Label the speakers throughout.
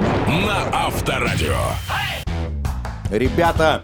Speaker 1: на Авторадио.
Speaker 2: Ребята,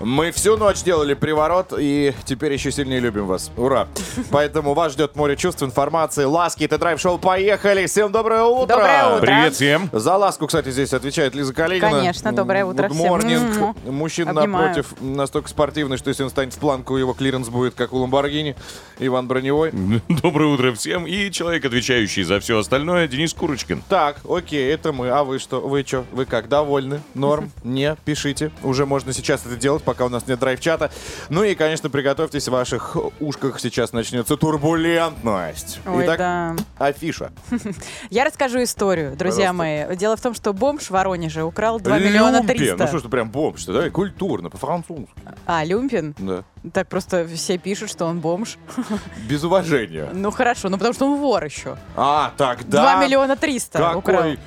Speaker 2: мы всю ночь делали приворот и теперь еще сильнее любим вас. Ура! Поэтому вас ждет море чувств, информации, ласки. Это драйв-шоу. Поехали! Всем доброе утро!
Speaker 3: Доброе утро.
Speaker 4: Привет всем.
Speaker 2: За ласку, кстати, здесь отвечает Лиза Калинина.
Speaker 3: Конечно, доброе утро
Speaker 2: Good
Speaker 3: всем.
Speaker 2: morning.
Speaker 3: Мгм.
Speaker 2: Мужчина
Speaker 3: Обнимаю.
Speaker 2: напротив настолько спортивный, что если он станет в планку, его клиренс будет как у Ламборгини. Иван Броневой.
Speaker 4: Доброе утро всем. И человек, отвечающий за все остальное, Денис Курочкин.
Speaker 2: Так, окей, это мы. А вы что? Вы что? Вы как? Довольны? Норм? Не? Пишите. Уже можно сейчас это делать, пока у нас нет драйв-чата. Ну и, конечно, приготовьтесь, в ваших ушках сейчас начнется турбулентность.
Speaker 3: Ой,
Speaker 2: Итак,
Speaker 3: да.
Speaker 2: афиша.
Speaker 3: Я расскажу историю, друзья мои. Дело в том, что бомж в Воронеже украл 2 миллиона
Speaker 2: Люмпе.
Speaker 3: 300.
Speaker 2: Ну что ж ты прям бомж, да? Культурно, по-французски.
Speaker 3: А, Люмпин?
Speaker 2: Да.
Speaker 3: Так просто все пишут, что он бомж.
Speaker 2: Без уважения.
Speaker 3: Ну хорошо, ну потому что он вор еще.
Speaker 2: А, тогда...
Speaker 3: 2 миллиона 300 украл.
Speaker 2: Какой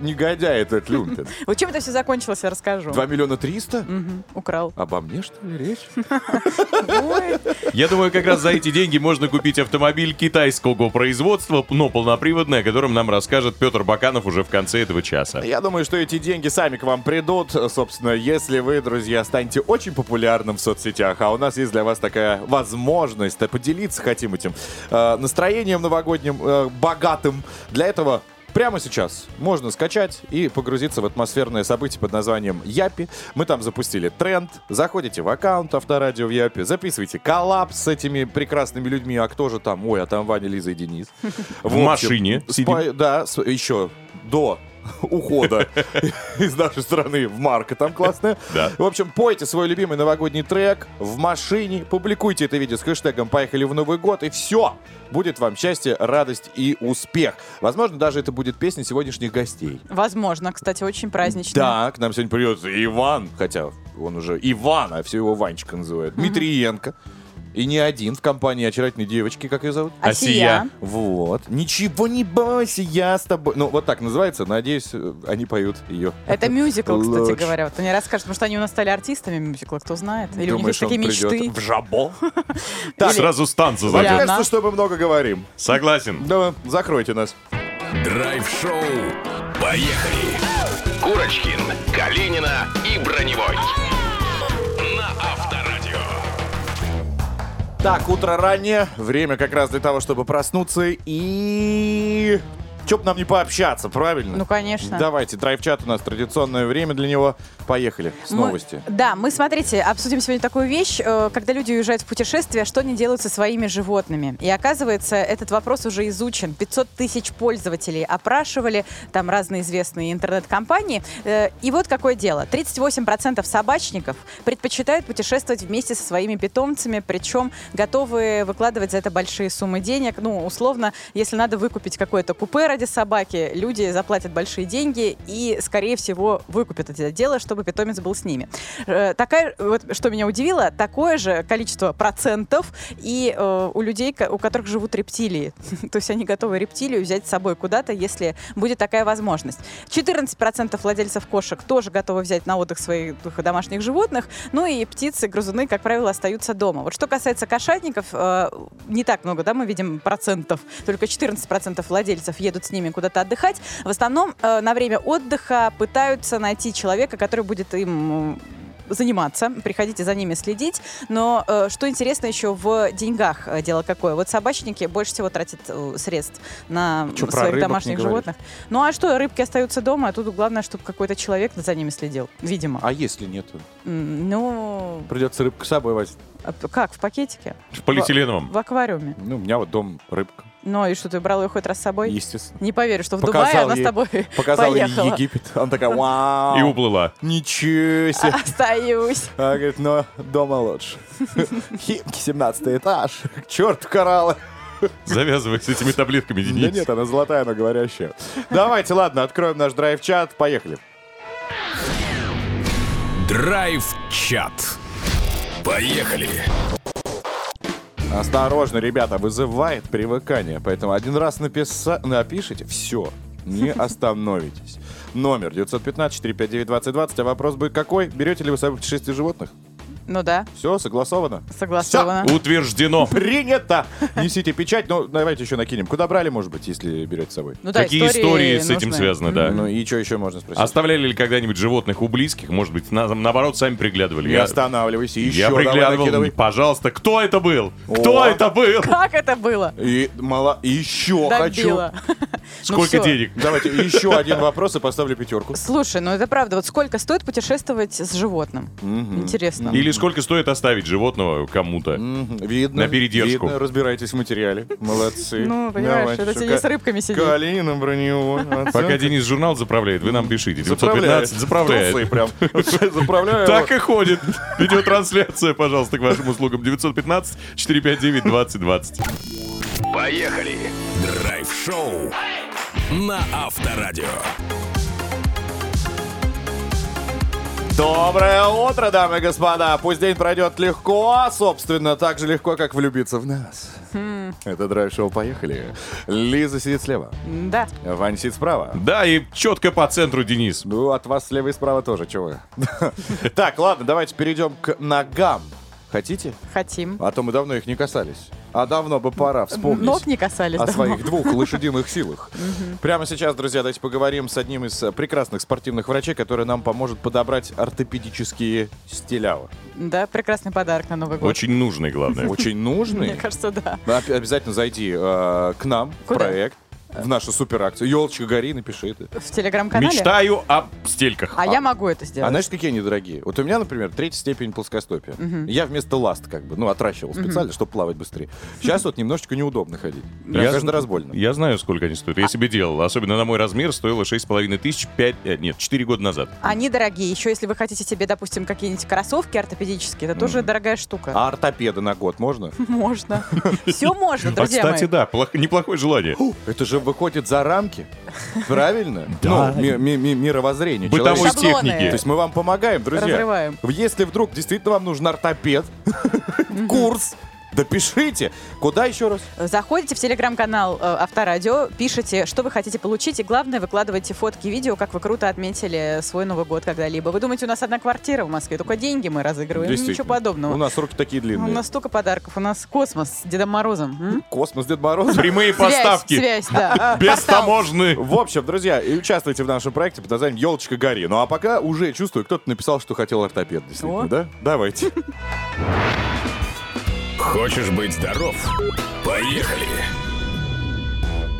Speaker 2: негодяй этот Люмпин.
Speaker 3: Вот чем это все закончилось, я расскажу.
Speaker 2: 2 миллиона триста?
Speaker 3: Мгм, Украл.
Speaker 2: Обо мне, что ли, речь?
Speaker 3: Ой,
Speaker 4: Я думаю, как раз за эти деньги можно купить автомобиль китайского производства, но полноприводный, о котором нам расскажет Петр Баканов уже в конце этого часа.
Speaker 2: Я думаю, что эти деньги сами к вам придут, собственно, если вы, друзья, станете очень популярным в соцсетях. А у нас есть для вас такая возможность Да, поделиться хотим этим э, настроением новогодним, э, богатым. Для этого прямо сейчас можно скачать и погрузиться в атмосферное событие под названием Япи. Мы там запустили тренд. Заходите в аккаунт Авторадио в Япи, записывайте коллапс с этими прекрасными людьми. А кто же там? Ой, а там Ваня, Лиза и Денис.
Speaker 4: В
Speaker 2: общем,
Speaker 4: машине сидим.
Speaker 2: спа- да, с- еще до ухода из нашей страны в Марка. Там классная.
Speaker 4: Да.
Speaker 2: В общем, пойте свой любимый новогодний трек в машине, публикуйте это видео с хэштегом «Поехали в Новый год» и все. Будет вам счастье, радость и успех. Возможно, даже это будет песня сегодняшних гостей.
Speaker 3: Возможно, кстати, очень празднично.
Speaker 2: Да, к нам сегодня придется Иван, хотя он уже Иван, а все его Ванечка называют. Дмитриенко. И не один в компании очаровательной девочки, как ее зовут?
Speaker 3: Асия.
Speaker 2: Вот. Ничего не бойся, я с тобой. Ну, вот так называется. Надеюсь, э, они поют ее.
Speaker 3: Это мюзикл, кстати
Speaker 2: Лучше.
Speaker 3: говоря. Вот они расскажут, потому что они у нас стали артистами мюзикла, кто знает. Или у них есть
Speaker 2: Думаешь, он
Speaker 3: такие
Speaker 2: придет
Speaker 3: мечты.
Speaker 2: в жабо?
Speaker 4: Так, Сразу станцию
Speaker 2: Мне
Speaker 3: Или
Speaker 4: зайдет.
Speaker 2: кажется,
Speaker 3: Понятно. она.
Speaker 2: что мы много говорим.
Speaker 4: Согласен.
Speaker 2: Да, закройте нас.
Speaker 1: Драйв-шоу. Поехали! Курочкин, Калинина и Броневой. На Авторадио.
Speaker 2: Так, утро раннее. Время как раз для того, чтобы проснуться и... Чё б нам не пообщаться, правильно?
Speaker 3: Ну, конечно.
Speaker 2: Давайте, драйв-чат у нас традиционное время для него. Поехали с
Speaker 3: Мы-
Speaker 2: новости.
Speaker 3: да, мы, смотрите, обсудим сегодня такую вещь, э, когда люди уезжают в путешествие, что они делают со своими животными. И оказывается, этот вопрос уже изучен. 500 тысяч пользователей опрашивали, там разные известные интернет-компании. Э, И вот какое дело. 38% собачников предпочитают путешествовать вместе со своими питомцами, причем готовы выкладывать за это большие суммы денег. Ну, условно, если надо выкупить какое-то купе ради собаки, люди заплатят большие деньги и, скорее всего, выкупят это дело, чтобы питомец был с ними. Э, Такая, вот, что меня удивило, такое же количество процентов и э, у людей, ко- у которых живут рептилии. То есть они готовы рептилию взять с собой куда-то, если будет такая возможность. 14% владельцев кошек тоже готовы взять на отдых своих домашних животных, ну и птицы, грызуны, как правило, остаются дома. Вот что касается кошатников, э, не так много, да, мы видим процентов. Только 14% владельцев едут с ними куда-то отдыхать. В основном э, на время отдыха пытаются найти человека, который будет им м, заниматься, приходите за ними следить. Но э, что интересно еще в деньгах э, дело какое. Вот собачники больше всего тратят э, средств на
Speaker 2: Чё, про рыбок
Speaker 3: своих
Speaker 2: не
Speaker 3: домашних
Speaker 2: говоришь?
Speaker 3: животных. Ну а что, рыбки остаются дома, а тут главное, чтобы какой-то человек за ними следил, видимо.
Speaker 2: А если нет?
Speaker 3: М, Ну,
Speaker 2: Придется рыбку с собой возить.
Speaker 3: а п- Как, в пакетике?
Speaker 4: В полиэтиленовом.
Speaker 3: В аквариуме.
Speaker 2: Ну, у меня вот дом рыбка,
Speaker 3: Ну и что, ты брал ее хоть раз с собой?
Speaker 2: естественно.
Speaker 3: Не поверю, что в
Speaker 2: Показал
Speaker 3: Дубае она
Speaker 2: ей-
Speaker 3: с тобой
Speaker 2: Показал ей
Speaker 3: поехала.
Speaker 2: Египет. Она такая, вау.
Speaker 4: И уплыла.
Speaker 2: Ничего себе.
Speaker 3: Остаюсь.
Speaker 2: Она говорит, но дома лучше. Химки, 17 этаж. К черту кораллы.
Speaker 4: Завязывай с этими таблетками,
Speaker 2: Да
Speaker 4: Денис.
Speaker 2: нет, она золотая, но говорящая. Давайте, ладно, откроем наш драйв-чат. Поехали.
Speaker 1: Драйв-чат. Поехали!
Speaker 2: Осторожно, ребята, вызывает привыкание. Поэтому один раз написа... напишите, все, не остановитесь. Номер 915-459-2020. А вопрос будет какой? Берете ли вы с собой в путешествие животных?
Speaker 3: Ну да,
Speaker 2: Все, согласовано?
Speaker 3: согласовано.
Speaker 4: Утверждено.
Speaker 2: Принято! Несите печать, ну давайте еще накинем. Куда брали, может быть, если берете с собой?
Speaker 3: Ну да,
Speaker 4: Какие истории с этим
Speaker 3: нужны.
Speaker 4: связаны, да?
Speaker 2: Ну и что еще можно спросить?
Speaker 4: Оставляли ли когда-нибудь животных у близких? Может быть, на- наоборот, сами приглядывали?
Speaker 2: Не
Speaker 4: Я-
Speaker 2: останавливайся, еще
Speaker 4: Я
Speaker 2: давай
Speaker 4: приглядывал.
Speaker 2: накидывай.
Speaker 4: Пожалуйста, кто это был? Кто
Speaker 2: О.
Speaker 4: это был?
Speaker 3: Как это было?
Speaker 2: И мало, еще хочу.
Speaker 3: Добила. Ну
Speaker 4: Сколько
Speaker 3: всё.
Speaker 4: денег?
Speaker 2: Давайте еще один вопрос и поставлю пятерку.
Speaker 3: Слушай, ну это правда. Вот сколько стоит путешествовать с животным? Интересно.
Speaker 4: Или сколько стоит оставить животного кому-то?
Speaker 2: Мгм, Видно.
Speaker 4: На передержку.
Speaker 2: Видно, разбирайтесь в материале. Молодцы.
Speaker 3: Ну, понимаешь,
Speaker 2: Давайте,
Speaker 3: это
Speaker 2: всё,
Speaker 3: тебе не
Speaker 2: Ка-
Speaker 3: с рыбками сидеть.
Speaker 2: Калина броневой.
Speaker 4: Пока Денис журнал заправляет, вы нам пишите. 915
Speaker 2: Трусы
Speaker 4: заправляет.
Speaker 2: прям. Заправляю.
Speaker 4: Так и ходит. Видеотрансляция, пожалуйста, к вашим услугам. 915-459-2020.
Speaker 1: Поехали! Драйв-шоу на Авторадио.
Speaker 2: Доброе утро, дамы и господа. Пусть день пройдет легко, собственно, так же легко, как влюбиться в нас.
Speaker 3: Хм,
Speaker 2: Это драйв-шоу «Поехали». Лиза сидит слева,
Speaker 3: Да.
Speaker 2: Вань сидит справа.
Speaker 4: Да, и четко по центру Денис.
Speaker 2: Ну, от вас слева и справа тоже, чего вы. Так, ладно, давайте перейдем к ногам. Хотите?
Speaker 3: Хотим.
Speaker 2: А то мы давно их не касались. А давно бы пора вспомнить.
Speaker 3: Ног не касались
Speaker 2: о
Speaker 3: давно.
Speaker 2: своих двух лошадиных силах. Прямо сейчас, друзья, давайте поговорим с одним из э, прекрасных спортивных врачей, который нам поможет подобрать ортопедические стилява.
Speaker 3: Да, прекрасный подарок на Новый год.
Speaker 4: Очень нужный, главное.
Speaker 2: Очень
Speaker 3: Мне
Speaker 2: нужный.
Speaker 3: кажется, да.
Speaker 2: Об- Обязательно зайди э, к нам в
Speaker 3: Куда?
Speaker 2: проект, в нашу суперакцию. Елочка гори, напиши это.
Speaker 3: В телеграм-канале.
Speaker 4: Мечтаю об стельках.
Speaker 3: А я могу это
Speaker 2: А
Speaker 3: сделать.
Speaker 2: знаешь, какие они дорогие? Вот у меня, например, третья степень плоскостопия. Я вместо ласт как бы, ну, отращивал специально, чтобы плавать быстрее. Сейчас вот немножечко неудобно ходить. Прям
Speaker 4: Я
Speaker 2: каждый
Speaker 4: зн-
Speaker 2: раз больно.
Speaker 4: Я знаю, сколько они стоят. Я себе делал. Особенно на мой размер стоило 6,5 тысяч 5... Нет, 4 года назад.
Speaker 3: Они дорогие. Еще если вы хотите себе, допустим, какие-нибудь кроссовки ортопедические, это тоже дорогая штука.
Speaker 2: А ортопеда на год можно?
Speaker 3: Можно. Все можно,
Speaker 4: А,
Speaker 3: друзья
Speaker 4: кстати,
Speaker 3: мои.
Speaker 4: да, плох- неплохое желание.
Speaker 2: Это же выходит за рамки, правильно?
Speaker 4: Да.
Speaker 2: Ну, ми- ми- ми- мировоззрение.
Speaker 4: Бытовой
Speaker 2: человеческое.
Speaker 3: Шаблоны.
Speaker 2: То
Speaker 4: техники.
Speaker 2: есть мы вам помогаем, друзья.
Speaker 3: Разрываем.
Speaker 2: Если вдруг действительно вам нужен ортопед, курс, да пишите. Куда еще раз?
Speaker 3: Заходите в телеграм-канал э, Авторадио, пишите, что вы хотите получить, и главное, выкладывайте фотки, видео, как вы круто отметили свой Новый год когда-либо. Вы думаете, у нас одна квартира в Москве, только деньги мы разыгрываем,
Speaker 2: Действительно.
Speaker 3: ну, ничего подобного. Ну,
Speaker 2: У нас руки такие
Speaker 3: У
Speaker 2: длинные.
Speaker 3: нас столько подарков, у нас космос с Дедом Морозом. м?
Speaker 2: Космос Дед Мороз.
Speaker 4: Прямые поставки.
Speaker 3: Связь, связь, да.
Speaker 4: Без таможны.
Speaker 2: В общем, друзья, и участвуйте в нашем проекте под названием «Елочка гори». Ну а пока уже чувствую, кто-то написал, что хотел ортопед, действительно,
Speaker 3: О.
Speaker 2: да? Давайте.
Speaker 1: Хочешь быть здоров? Поехали!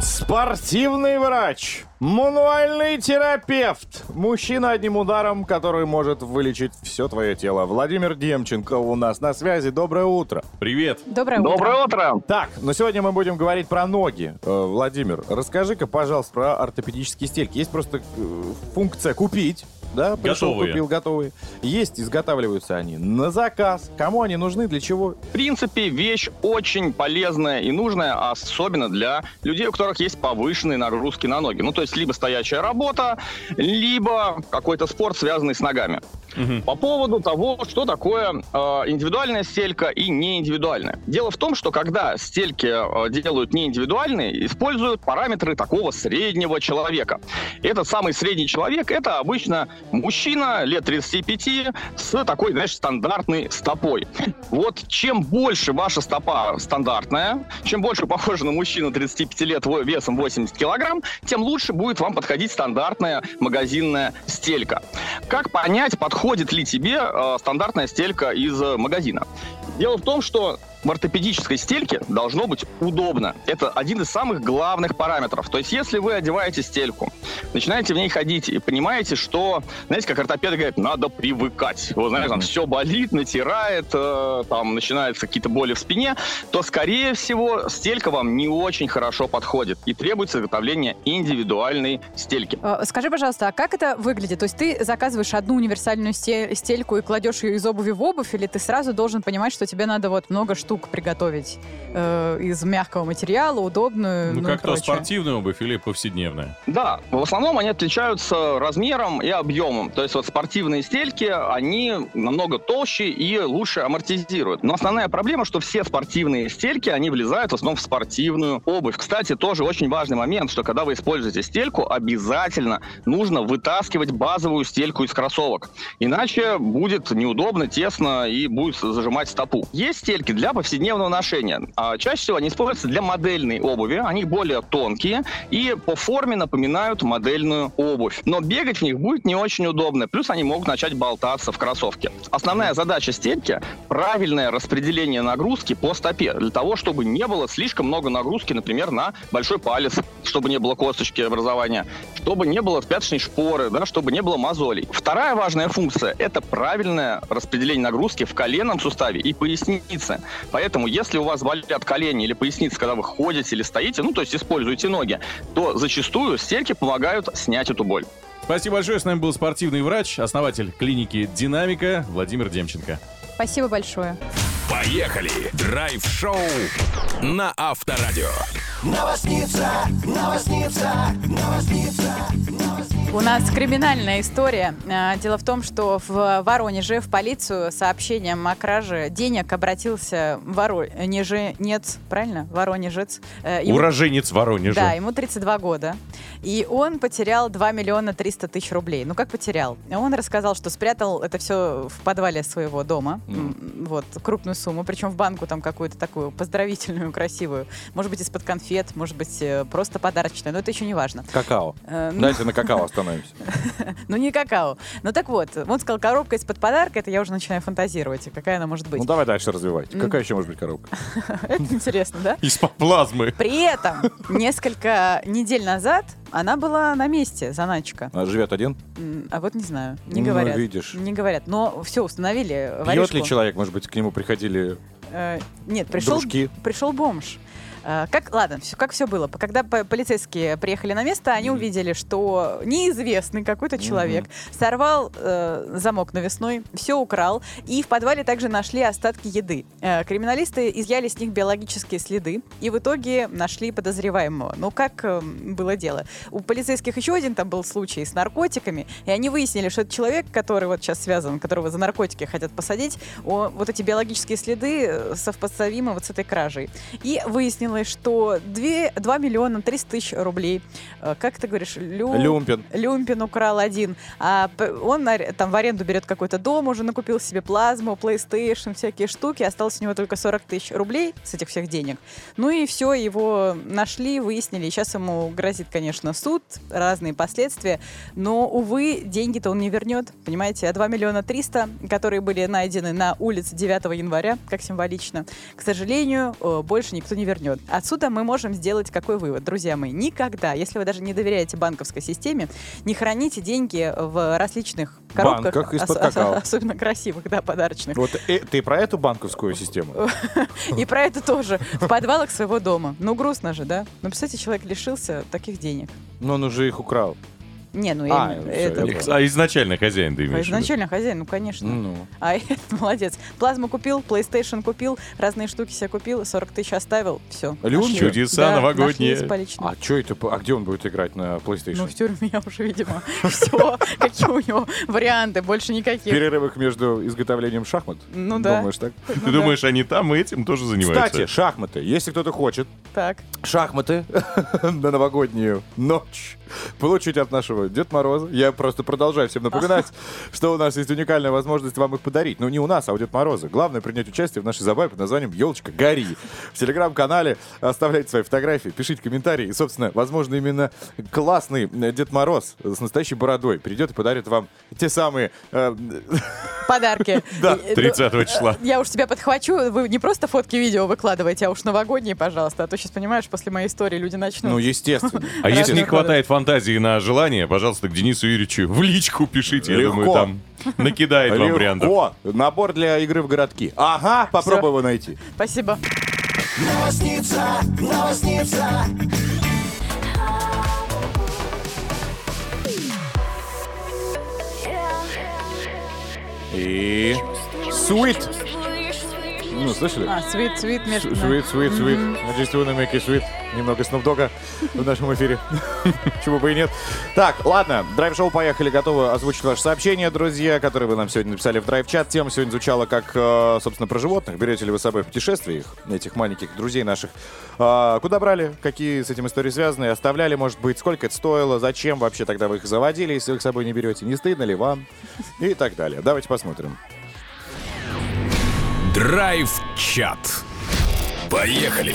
Speaker 2: Спортивный врач, мануальный терапевт, мужчина одним ударом, который может вылечить все твое тело. Владимир Демченко у нас на связи. Доброе утро.
Speaker 4: Привет.
Speaker 3: Доброе утро.
Speaker 2: Так, но сегодня мы будем говорить про ноги. Э, Владимир, расскажи-ка, пожалуйста, про ортопедические стельки. Есть просто э, функция купить. Да, пришел,
Speaker 4: Готовые.
Speaker 2: купил, готовые. Есть, изготавливаются они на заказ. Кому они нужны, для чего?
Speaker 5: В принципе, вещь очень полезная и нужная, особенно для людей, у которых есть повышенные нагрузки на ноги. Ну, то есть, либо стоячая работа, либо какой-то спорт, связанный с ногами. По поводу того, что такое э, индивидуальная стелька и неиндивидуальная. Дело в том, что когда стельки э, делают неиндивидуальные, используют параметры такого среднего человека. Этот самый средний человек — это обычно мужчина лет 35 с такой, знаешь, стандартной стопой. Вот чем больше ваша стопа стандартная, чем больше похожа на мужчину 35 лет во- весом 80 килограмм, тем лучше будет вам подходить стандартная магазинная стелька. Как понять, подходит ли тебе э, стандартная стелька из э, магазина? Дело в том, что в ортопедической стельке должно быть удобно. Это один из самых главных параметров. То есть, если вы одеваете стельку, начинаете в ней ходить и понимаете, что, знаете, как ортопед говорит, надо привыкать. Вот, знаете, там все болит, натирает, э, там начинаются какие-то боли в спине, то, скорее всего, стелька вам не очень хорошо подходит и требуется изготовление индивидуальной стельки.
Speaker 3: Э, Скажи, пожалуйста, а как это выглядит? То есть ты заказываешь одну универсальную сте- стельку и кладешь ее из обуви в обувь, или ты сразу должен понимать, что тебе надо вот много штук приготовить э, из мягкого материала, удобную.
Speaker 4: Ну,
Speaker 3: и
Speaker 4: как то
Speaker 3: прочее.
Speaker 4: спортивная обувь или повседневная?
Speaker 5: Да, в основном они отличаются размером и объемом. То есть вот спортивные стельки, они намного толще и лучше амортизируют. Но основная проблема, что все спортивные стельки, они влезают в основном в спортивную обувь. Кстати, тоже очень важный момент, что когда вы используете стельку, обязательно нужно вытаскивать базовую стельку из кроссовок. Иначе будет неудобно, тесно и будет зажимать стопу. Есть стельки для повседневного ношения. А чаще всего они используются для модельной обуви. Они более тонкие и по форме напоминают модельную обувь. Но бегать в них будет не очень удобно. Плюс они могут начать болтаться в кроссовке. Основная задача стельки – правильное распределение нагрузки по стопе. Для того, чтобы не было слишком много нагрузки, например, на большой палец, чтобы не было косточки образования, чтобы не было пяточной шпоры, да, чтобы не было мозолей. Вторая важная функция – это правильное распределение нагрузки в коленном суставе и пояснице. Поэтому, если у вас болят колени или поясница, когда вы ходите или стоите, ну, то есть используете ноги, то зачастую стельки помогают снять эту боль.
Speaker 4: Спасибо большое. С нами был спортивный врач, основатель клиники «Динамика» Владимир Демченко.
Speaker 3: Спасибо большое.
Speaker 1: Поехали! Драйв-шоу на Авторадио.
Speaker 3: У нас криминальная история. А, Дело в том, что в Воронеже в полицию сообщением о краже денег обратился воронежец, правильно? Воронежец. Э, ему-
Speaker 4: Уроженец Воронежа.
Speaker 3: Да, ему 32 года. И он потерял 2 миллиона 300 тысяч рублей. Ну, как потерял? Он рассказал, что спрятал это все в подвале своего дома. М, Вот, крупную сумму. Причем в банку там какую-то такую поздравительную, красивую. Может быть, из-под конфет, может быть, э, просто подарочную. Но это еще не важно.
Speaker 2: Какао.
Speaker 3: Э, ну,
Speaker 2: Давайте на какао остановимся.
Speaker 3: ну, не какао. Ну, так вот, он сказал, коробка из-под подарка, это я уже начинаю фантазировать, какая она может быть.
Speaker 2: Ну давай дальше развивать. Какая еще может быть коробка?
Speaker 3: Это интересно, да?
Speaker 4: Из-под плазмы.
Speaker 3: При этом несколько недель назад она была на месте, заначка.
Speaker 2: Она живет один.
Speaker 3: М, А вот не знаю, не
Speaker 2: Ну,
Speaker 3: говорят.
Speaker 2: видишь.
Speaker 3: Не говорят, но все, установили
Speaker 2: Пьет
Speaker 3: воришку.
Speaker 2: ли человек, может быть, к нему приходили
Speaker 3: Э, Нет, пришел,
Speaker 2: дружки?
Speaker 3: пришел бомж. Э, Как, ладно, все, как все было. П- Когда по- полицейские приехали на место, они увидели, что неизвестный какой-то человек сорвал э, замок навесной, все украл, и в подвале также нашли остатки еды. Э, криминалисты изъяли с них биологические следы и в итоге нашли подозреваемого. Ну, как эм, было дело? У полицейских еще один там был случай с наркотиками, и они выяснили, что это человек, который вот сейчас связан, которого за наркотики хотят посадить, о, вот эти биологические следы э, совпоставимы вот с этой кражей. И выяснилось, что 2, 2 миллиона 300 тысяч рублей, э, как ты говоришь, лю...
Speaker 2: Люмпин.
Speaker 3: Люмпин украл один, а п- он на ре- там в аренду берет какой-то дом, уже накупил себе плазму, PlayStation, всякие штуки, осталось у него только 40 тысяч рублей с этих всех денег. Ну и все, его нашли, выяснили, и сейчас ему грозит, конечно, суд, разные последствия, но, увы, деньги-то он не вернет, понимаете, а 2 миллиона 300, которые были найдены на улице 9 января, как символично, к сожалению, э, больше никто не вернет. Отсюда мы можем сделать какой вывод, друзья мои, никогда, если вы даже не доверяете банковской системе, не храните деньги в различных коробках,
Speaker 2: Банках из-под
Speaker 3: ос- ос-
Speaker 2: какао.
Speaker 3: особенно красивых, да, подарочных.
Speaker 2: Вот э, ты про эту банковскую систему?
Speaker 3: И про это тоже. В подвалах своего дома. Ну, грустно же, да? Ну, представьте, человек лишился таких денег.
Speaker 2: Но он уже их украл.
Speaker 3: Не, ну,
Speaker 2: А,
Speaker 3: я
Speaker 2: всё,
Speaker 3: это...
Speaker 2: я
Speaker 4: А изначально хозяин ты имеешь в виду?
Speaker 3: Изначально хозяин, ну, конечно.
Speaker 2: Ну.
Speaker 3: А этот молодец. Плазму купил, PlayStation купил, разные штуки себе купил, 40 тысяч оставил, все.
Speaker 2: Люмпин?
Speaker 4: Чудеса новогодние.
Speaker 2: А что это? по- А где он будет играть на
Speaker 3: ну,
Speaker 2: PlayStation?
Speaker 3: в тюрьме уже, видимо, все. Какие у него варианты, больше
Speaker 2: В
Speaker 3: никаких.
Speaker 2: перерывах между изготовлением шахмат?
Speaker 3: Ну да.
Speaker 2: Думаешь так?
Speaker 3: Ну
Speaker 4: Ты
Speaker 3: да,
Speaker 4: думаешь, они там и этим тоже занимаются?
Speaker 2: Кстати, шахматы. Если кто-то хочет
Speaker 3: Так.
Speaker 2: шахматы на новогоднюю ночь получить от нашего Деда Мороза. Я просто продолжаю всем напоминать, что у нас есть уникальная возможность вам их подарить. Ну, не у нас, а у Деда Мороза. Главное принять участие в нашей забаве под названием «Елочка, гори». В телеграм-канале оставляйте свои фотографии, пишите комментарии. И, собственно, возможно, именно классный э, Дед Мороз с настоящей бородой придет и подарит вам те самые... э,
Speaker 3: Подарки.
Speaker 2: Да,
Speaker 3: Э, э,
Speaker 4: 30 числа.
Speaker 3: Я уж тебя подхвачу. Вы не просто фотки видео выкладываете, а уж новогодние, пожалуйста. А то сейчас, понимаешь, после моей истории люди начнут.
Speaker 2: Ну, естественно.
Speaker 4: А если не
Speaker 3: Разные года.
Speaker 4: хватает фантазии на желание, пожалуйста, к Денису Юрьевичу в личку пишите. Я
Speaker 2: Легко.
Speaker 4: думаю, там накидает вам вариантов.
Speaker 2: О, набор для игры в городки. Ага, попробуй его найти.
Speaker 3: Спасибо.
Speaker 2: И... Sweet.
Speaker 6: Sweet.
Speaker 2: Ну, слышали?
Speaker 3: А, sweet, sweet между...
Speaker 2: Sweet, sweet, А sweet. Надеюсь, вы на Make It Sweet. Немного снупдога в нашем эфире. Чего бы и нет. Так, ладно, драйв-шоу поехали. Готовы озвучить ваше сообщение, друзья, которые вы нам сегодня написали в драйв-чат. Тема сегодня звучала как, э, собственно, про животных. Берете ли вы с собой в путешествие их, этих маленьких друзей наших? А, Куда брали? Какие с этим истории связаны? Оставляли, может быть? Сколько это стоило? Зачем вообще тогда вы их заводили, если вы их с собой не берете? Не стыдно ли вам? И так далее. Давайте посмотрим.
Speaker 1: Драйв-чат. Поехали.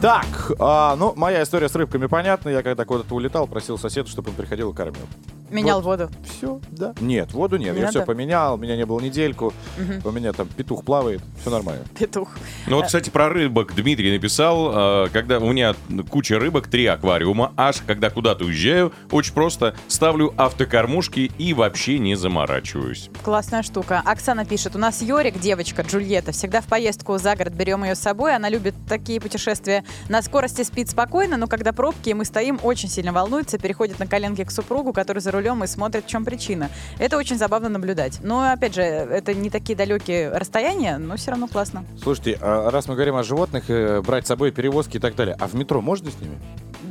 Speaker 2: Так, а, ну, моя история с рыбками понятна. Я когда куда-то улетал, просил соседа, чтобы он приходил и кормил.
Speaker 3: Менял воду.
Speaker 2: Все, да. Нет, воду нет.
Speaker 3: Не
Speaker 2: я
Speaker 3: надо?
Speaker 2: все поменял, меня не было недельку. У меня там петух плавает, все нормально.
Speaker 3: Петух.
Speaker 4: Ну
Speaker 2: Э,
Speaker 4: вот, кстати, про рыбок Дмитрий написал, э, когда у меня куча рыбок, три аквариума, аж когда куда-то уезжаю, очень просто ставлю автокормушки и вообще не заморачиваюсь.
Speaker 3: Классная штука. Оксана пишет, у нас Йорик, девочка, Джульетта, всегда в поездку за город берем ее с собой. Она любит такие путешествия. На скорости спит спокойно, но когда пробки, и мы стоим, очень сильно волнуется, переходит на коленки к супругу, который за рулем и смотрит, в чем причина. Это очень забавно наблюдать. Но, опять же, это не такие далекие расстояния, но все равно классно.
Speaker 2: Слушайте, а раз мы говорим о животных, э, брать с собой перевозки и так далее, а в метро можно с ними?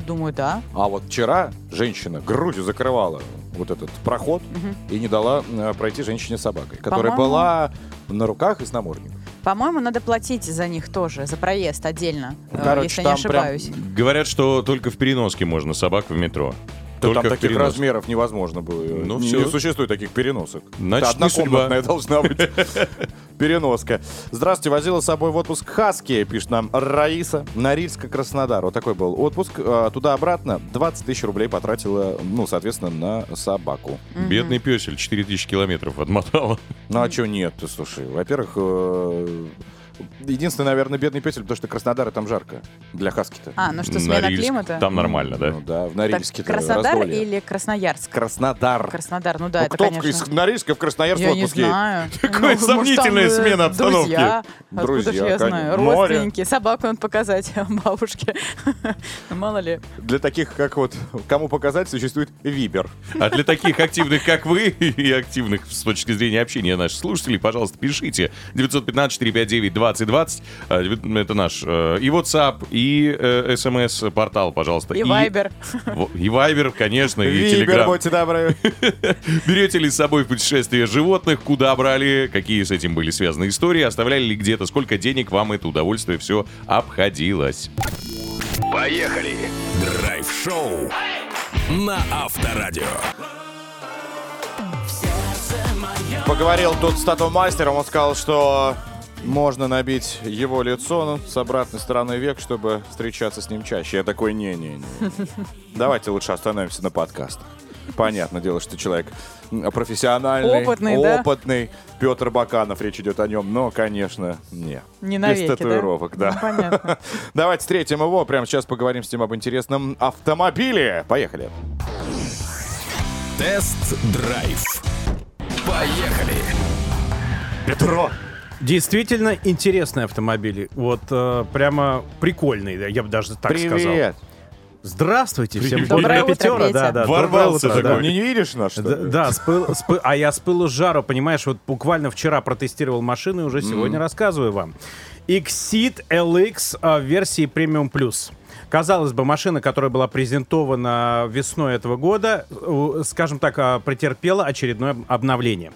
Speaker 3: Думаю, да.
Speaker 2: А вот вчера женщина грудью закрывала вот этот проход и не дала э, пройти женщине с собакой, которая
Speaker 3: По-моему-
Speaker 2: была на руках и с намордником.
Speaker 3: По-моему, надо платить за них тоже, за проезд отдельно,
Speaker 2: Ну,
Speaker 3: э,
Speaker 2: короче,
Speaker 3: если не
Speaker 2: там прям
Speaker 3: ошибаюсь.
Speaker 4: Говорят, что только в переноске можно собак в метро.
Speaker 2: Да
Speaker 4: Только
Speaker 2: там
Speaker 4: в
Speaker 2: таких
Speaker 4: переноске.
Speaker 2: размеров невозможно было.
Speaker 4: Ну,
Speaker 2: не
Speaker 4: всё.
Speaker 2: существует таких переносок.
Speaker 4: Значит,
Speaker 2: Это
Speaker 4: не судьба.
Speaker 2: однокомнатная должна быть переноска. Здравствуйте, возила с собой в отпуск Хаски, пишет нам Раиса, Норильско-Краснодар. Вот такой был отпуск. А, Туда-обратно 20 тысяч рублей потратила, ну, соответственно, на собаку.
Speaker 4: Бедный песель, 4000 километров отмотала.
Speaker 2: Ну, а чего нет? Ты слушай, во-первых, э, единственный, наверное, бедный петель, потому что Краснодар и там жарко для Хаски-то.
Speaker 3: А, ну что, смена
Speaker 4: Норильск,
Speaker 3: климата?
Speaker 4: Там нормально, да?
Speaker 2: Ну, да, в
Speaker 3: Так,
Speaker 2: Норильске-то
Speaker 3: Краснодар
Speaker 2: раздолье.
Speaker 3: или Красноярск?
Speaker 2: Краснодар.
Speaker 3: Краснодар, ну да,
Speaker 2: Ну,
Speaker 3: это,
Speaker 2: кто в-
Speaker 3: конечно.
Speaker 2: из Норильска а в Красноярск в
Speaker 3: Я не
Speaker 2: отпуске?
Speaker 3: знаю.
Speaker 4: Какая
Speaker 3: может, там,
Speaker 4: сомнительная
Speaker 3: э,
Speaker 4: смена обстановки.
Speaker 3: Друзья. Откуда
Speaker 2: Друзья,
Speaker 3: ж я
Speaker 2: конечно.
Speaker 3: знаю?
Speaker 2: Море.
Speaker 3: Родственники. Собаку надо показать бабушке. Ну, Мало ли.
Speaker 2: Для таких, как вот, кому показать, существует Вибер.
Speaker 4: А для таких активных, как вы, и активных с точки зрения общения наших слушателей, пожалуйста, пишите. 915-459-2020. э, девя- Это наш э, и WhatsApp, и смс-портал, пожалуйста.
Speaker 3: И Вайбер.
Speaker 4: во- И Viber, конечно, и
Speaker 2: Вибер,
Speaker 4: Telegram.
Speaker 2: будьте добры.
Speaker 4: Берете ли с собой в путешествие животных, куда брали, какие с этим были связаны истории, оставляли ли где-то, сколько денег вам это удовольствие все обходилось.
Speaker 1: Поехали. Драйв-шоу на Авторадио.
Speaker 2: Поговорил тут с тату-мастером, он сказал, что можно набить его лицо ну, с обратной стороны век, чтобы встречаться с ним чаще. Я такой, не-не-не. Давайте лучше остановимся на подкастах. Понятно дело, что человек м, профессиональный,
Speaker 3: Опытный, да?
Speaker 2: опытный. Петр Баканов, речь идет о нем, но, конечно, не.
Speaker 3: Не
Speaker 2: Без
Speaker 3: навеки, да?
Speaker 2: татуировок, да.
Speaker 3: Ну, понятно.
Speaker 2: Давайте встретим его. Прямо сейчас поговорим с ним об интересном автомобиле. Поехали.
Speaker 1: Тест-драйв. Поехали.
Speaker 2: Петро.
Speaker 6: Действительно интересные автомобили. Вот э, прямо прикольные, да, я бы даже так сказал.
Speaker 2: Привет.
Speaker 6: Здравствуйте всем.
Speaker 4: Привет.
Speaker 6: Доброе
Speaker 3: Доброе
Speaker 6: пятёра,
Speaker 3: утро,
Speaker 6: да,
Speaker 3: Петя.
Speaker 6: да.
Speaker 4: Ворвался
Speaker 6: доброе утро,
Speaker 4: такой.
Speaker 6: да.
Speaker 2: Не, не видишь нас, что
Speaker 6: Да,
Speaker 2: ли?
Speaker 6: да, с пыл- с пы- а я с пылу с жару, понимаешь, вот буквально вчера протестировал машину и уже сегодня рассказываю вам. Exit LX а, в версии Premium Plus. Казалось бы, машина, которая была презентована весной этого года, у- скажем так, а, претерпела очередное об- обновление.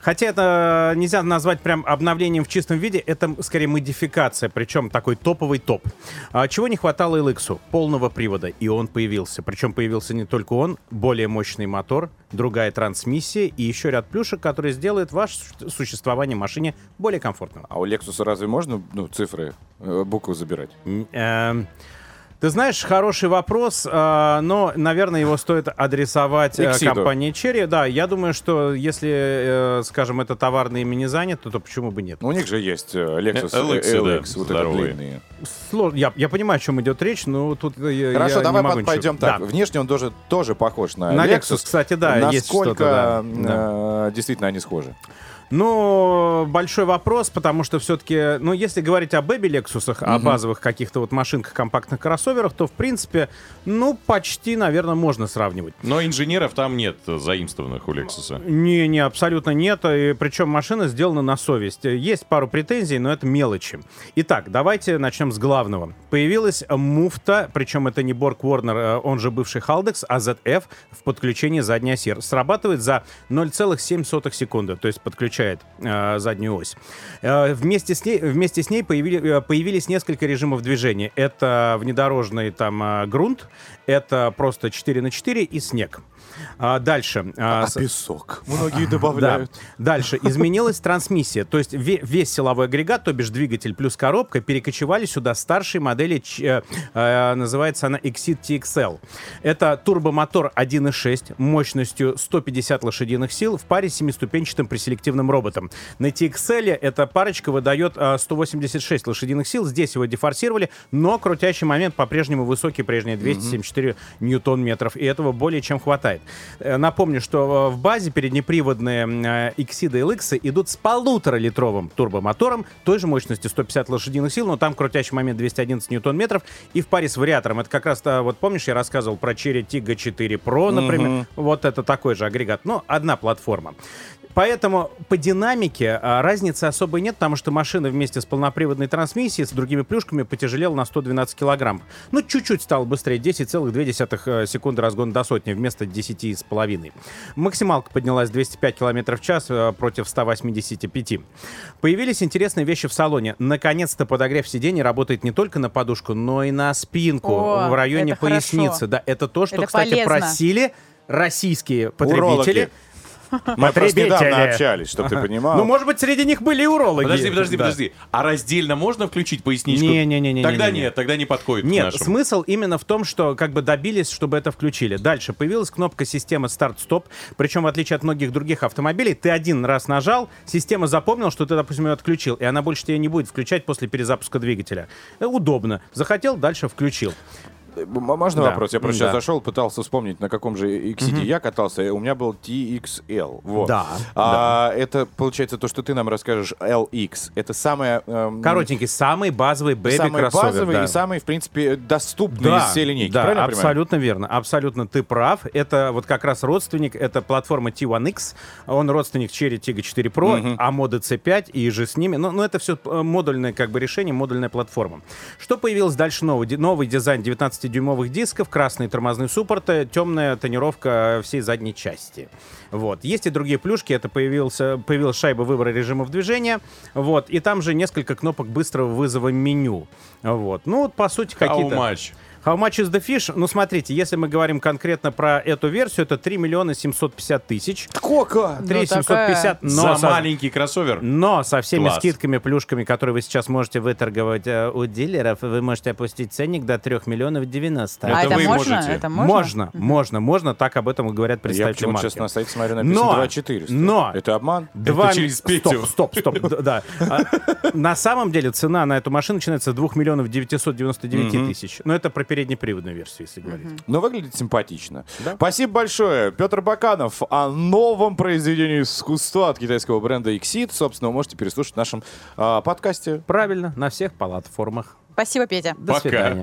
Speaker 6: Хотя это а, нельзя назвать прям обновлением в чистом виде, это м, скорее модификация, причем такой топовый топ. А, Чего не хватало LX? Полного привода, и он появился. Причем появился не только он, более мощный мотор, другая трансмиссия и еще ряд плюшек, которые сделают ваше су- существование в машине более комфортным.
Speaker 2: А у Лексуса разве можно ну, цифры, э, буквы забирать?
Speaker 6: М, эм, Ты знаешь, хороший вопрос, а, но, наверное, его стоит адресовать э,
Speaker 2: Иксиду.
Speaker 6: компании Черри. Да, я думаю, что если, э, скажем, это товарное имя не занято, то почему бы нет?
Speaker 2: Ну, у них же есть э, Lexus
Speaker 4: Э,
Speaker 2: LX,
Speaker 4: LX, да,
Speaker 2: вот это
Speaker 4: здоровые.
Speaker 2: длинные.
Speaker 6: Сло- Я, я понимаю, о чем идет речь, но тут э, я,
Speaker 2: Хорошо,
Speaker 6: я не
Speaker 2: давай
Speaker 6: могу
Speaker 2: под-
Speaker 6: ничего-
Speaker 2: пойдем так.
Speaker 6: Да.
Speaker 2: Внешне он тоже, тоже похож на,
Speaker 6: На Lexus, кстати, да, есть
Speaker 2: Насколько
Speaker 6: что-то, да.
Speaker 2: э, действительно они схожи?
Speaker 6: Ну, большой вопрос, потому что все-таки, ну, если говорить о бэби Лексусах, о базовых каких-то вот машинках, компактных кроссоверах, то, в принципе, ну, почти, наверное, можно сравнивать.
Speaker 4: Но инженеров там нет э, заимствованных у Лексуса.
Speaker 6: Не, не, абсолютно нет. И причем машина сделана на совесть. Есть пару претензий, но это мелочи. Итак, давайте начнем с главного. Появилась э, муфта, причем это не Borg Warner, э, он же бывший Haldex, а ZF в подключении задней оси. Срабатывает за 0,7 секунды, то есть подключает э, заднюю ось. Э, вместе с ней, вместе с ней появили- э, появились несколько режимов движения. Это внедорожный там э, грунт, это просто 4 на 4 и снег. А, дальше. А, с-
Speaker 2: песок. Многие добавляют.
Speaker 6: да. Дальше. Изменилась трансмиссия. То есть ве- весь силовой агрегат, то бишь двигатель плюс коробка, перекочевали сюда старшие модели, ч- э, э, называется она Exit TXL. Это турбомотор 1.6 мощностью 150 лошадиных сил в паре с семиступенчатым преселективным роботом. На TXL эта парочка выдает э, 186 лошадиных сил. Здесь его дефорсировали, но крутящий момент по-прежнему высокий, прежние 274 ньютон-метров. И этого более чем хватает. Э, Напомню, что э, в базе переднеприводные м, э, Иксиды и Лыксы идут с полуторалитровым турбомотором той же мощности 150 лошадиных сил, но там крутящий момент 211 ньютон-метров и в паре с вариатором. Это как раз, та, вот помнишь, я рассказывал про Cherry Tiggo 4 Pro, например. Вот это такой же агрегат, но одна платформа. Поэтому по динамике а, разницы особой нет, потому что машина вместе с полноприводной трансмиссией, с другими плюшками потяжелела на 112 килограмм. Ну, чуть-чуть стало быстрее, 10,2 э, секунды разгона до сотни вместо 10,5. Максималка поднялась 205 км в час э, против 185. Появились интересные вещи в салоне. Наконец-то подогрев сидений работает не только на подушку, но и на спинку
Speaker 3: О,
Speaker 6: в районе
Speaker 3: это хорошо.
Speaker 6: поясницы. Да, это то, что,
Speaker 3: Это
Speaker 6: кстати,
Speaker 3: полезно.
Speaker 6: просили российские потребители.
Speaker 2: Урологи. Мы просто недавно
Speaker 6: Потребители.
Speaker 2: общались, чтобы ты понимал.
Speaker 6: Ну, может быть, среди них были и урологи.
Speaker 4: Подожди, подожди,
Speaker 6: Да.
Speaker 4: подожди. А раздельно можно включить поясничку?
Speaker 6: Не-не-не-не-не-не-не.
Speaker 4: Тогда нет, тогда не подходит к
Speaker 6: Нет,
Speaker 4: нашему.
Speaker 6: смысл именно в том, что как бы добились, чтобы это включили. Дальше появилась кнопка системы старт-стоп. Причем, в отличие от многих других автомобилей, ты один раз нажал, система запомнила, что ты, допустим, ее отключил, и она больше тебя не будет включать после перезапуска двигателя. Э, Удобно. Захотел, дальше включил.
Speaker 2: Э, М- Можно
Speaker 6: Да.
Speaker 2: вопрос? Я просто сейчас
Speaker 6: Да.
Speaker 2: зашел, пытался вспомнить, на каком же XCD я катался. и У меня был TXL. Вот.
Speaker 6: Да,
Speaker 2: А, Это, получается, то, что ты нам расскажешь, LX. Это самое... эм,
Speaker 6: Коротенький, самый базовый бэби
Speaker 2: Самый
Speaker 6: кроссовер.
Speaker 2: базовый
Speaker 6: да.
Speaker 2: и самый, в принципе, доступный из всей Ну, линейки.
Speaker 6: да,
Speaker 2: правильно я понимаю?
Speaker 6: абсолютно верно, абсолютно ты прав. Это вот как раз родственник, это платформа T1X, он родственник Cherry Tiggo 4 Pro, а мода C5 и же с ними. Но, но это все модульное как бы решение, модульная платформа. Что появилось дальше нового? Ди- Новый дизайн 19-дюймовых дисков, красные тормозные суппорты, темная тонировка всей задней части. Вот. Есть и другие плюшки, это появился, появилась шайба выбора режимов движения, вот, и там же несколько кнопок быстрого вызова меню. Вот. Ну, вот, по сути,
Speaker 4: How
Speaker 6: какие-то...
Speaker 4: much?
Speaker 6: How much is the fish? Ну, смотрите, если мы говорим конкретно про эту версию, это 3 миллиона 750 тысяч.
Speaker 2: Сколько?
Speaker 6: 3
Speaker 3: такая-
Speaker 6: 750, но,
Speaker 4: За
Speaker 6: со,
Speaker 4: маленький кроссовер?
Speaker 6: но со всеми
Speaker 4: Класс.
Speaker 6: скидками, плюшками, которые вы сейчас можете выторговать э, у дилеров, вы можете опустить ценник до 3 миллионов 90.
Speaker 4: Это
Speaker 3: а это
Speaker 4: вы
Speaker 3: можно?
Speaker 4: можете.
Speaker 3: Это
Speaker 6: можно?
Speaker 3: можно?
Speaker 6: Можно, можно, так об этом и говорят
Speaker 2: Я
Speaker 6: представители
Speaker 2: почему-то
Speaker 6: марки.
Speaker 2: сейчас на сайте смотрю, написано
Speaker 6: Но-
Speaker 2: 2400.
Speaker 6: но-
Speaker 2: Это обман?
Speaker 6: Два
Speaker 4: Это
Speaker 6: ми-
Speaker 4: через Петю.
Speaker 6: Стоп, стоп, стоп, д- да. А, На самом деле цена на эту машину начинается с 2 миллионов 999 тысяч. Но это про переднеприводную версию, если говорить.
Speaker 2: Но выглядит симпатично. Спасибо большое, Петр Баканов, о новом произведении искусства от китайского бренда Exit. Собственно, вы можете переслушать в нашем а, подкасте.
Speaker 6: Правильно, на всех платформах.
Speaker 3: Спасибо, Петя.
Speaker 6: До
Speaker 4: Пока.
Speaker 6: свидания.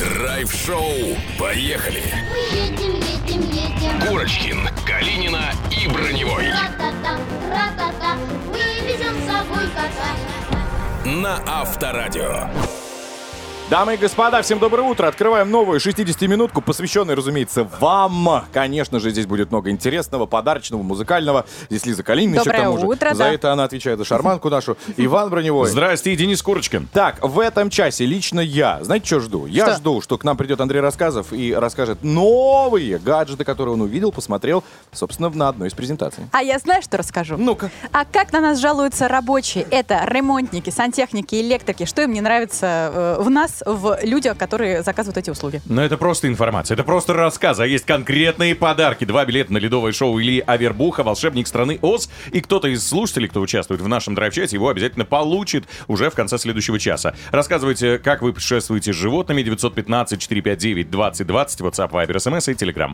Speaker 1: Драйв-шоу. Поехали.
Speaker 7: Едем, едем, едем.
Speaker 1: Курочкин, Калинина и Броневой.
Speaker 7: Ра-та-та, ра-та-та, мы везем с собой кота.
Speaker 1: На Авторадио.
Speaker 2: Дамы и господа, всем доброе утро. Открываем новую 60-минутку, посвященную, разумеется, вам. Конечно же, здесь будет много интересного, подарочного, музыкального. Здесь Лиза Калинина еще к
Speaker 3: Доброе
Speaker 2: тому же.
Speaker 3: утро,
Speaker 2: За
Speaker 3: да.
Speaker 2: это она отвечает за шарманку нашу. Иван Броневой.
Speaker 4: Здрасте, Денис Курочкин.
Speaker 2: Так, в этом часе лично я, знаете, что жду? Я
Speaker 3: Что?
Speaker 2: жду, что к нам придет Андрей Рассказов и расскажет новые гаджеты, которые он увидел, посмотрел, собственно, на одной из презентаций.
Speaker 3: А я знаю, что расскажу.
Speaker 2: Ну-ка.
Speaker 3: А как на нас жалуются рабочие? Это ремонтники, сантехники, электрики. Что им не нравится э, в нас, в людях, которые заказывают эти услуги?
Speaker 4: Но это просто информация, это просто рассказ, а есть конкретные подарки. Два билета на ледовое шоу Ильи Авербуха, волшебник страны Оз. И кто-то из слушателей, кто участвует в нашем драйв-чате, его обязательно получит уже в конце следующего часа. Рассказывайте, как вы путешествуете с животными. 915-459-2020, WhatsApp, Viber, SMS и Telegram.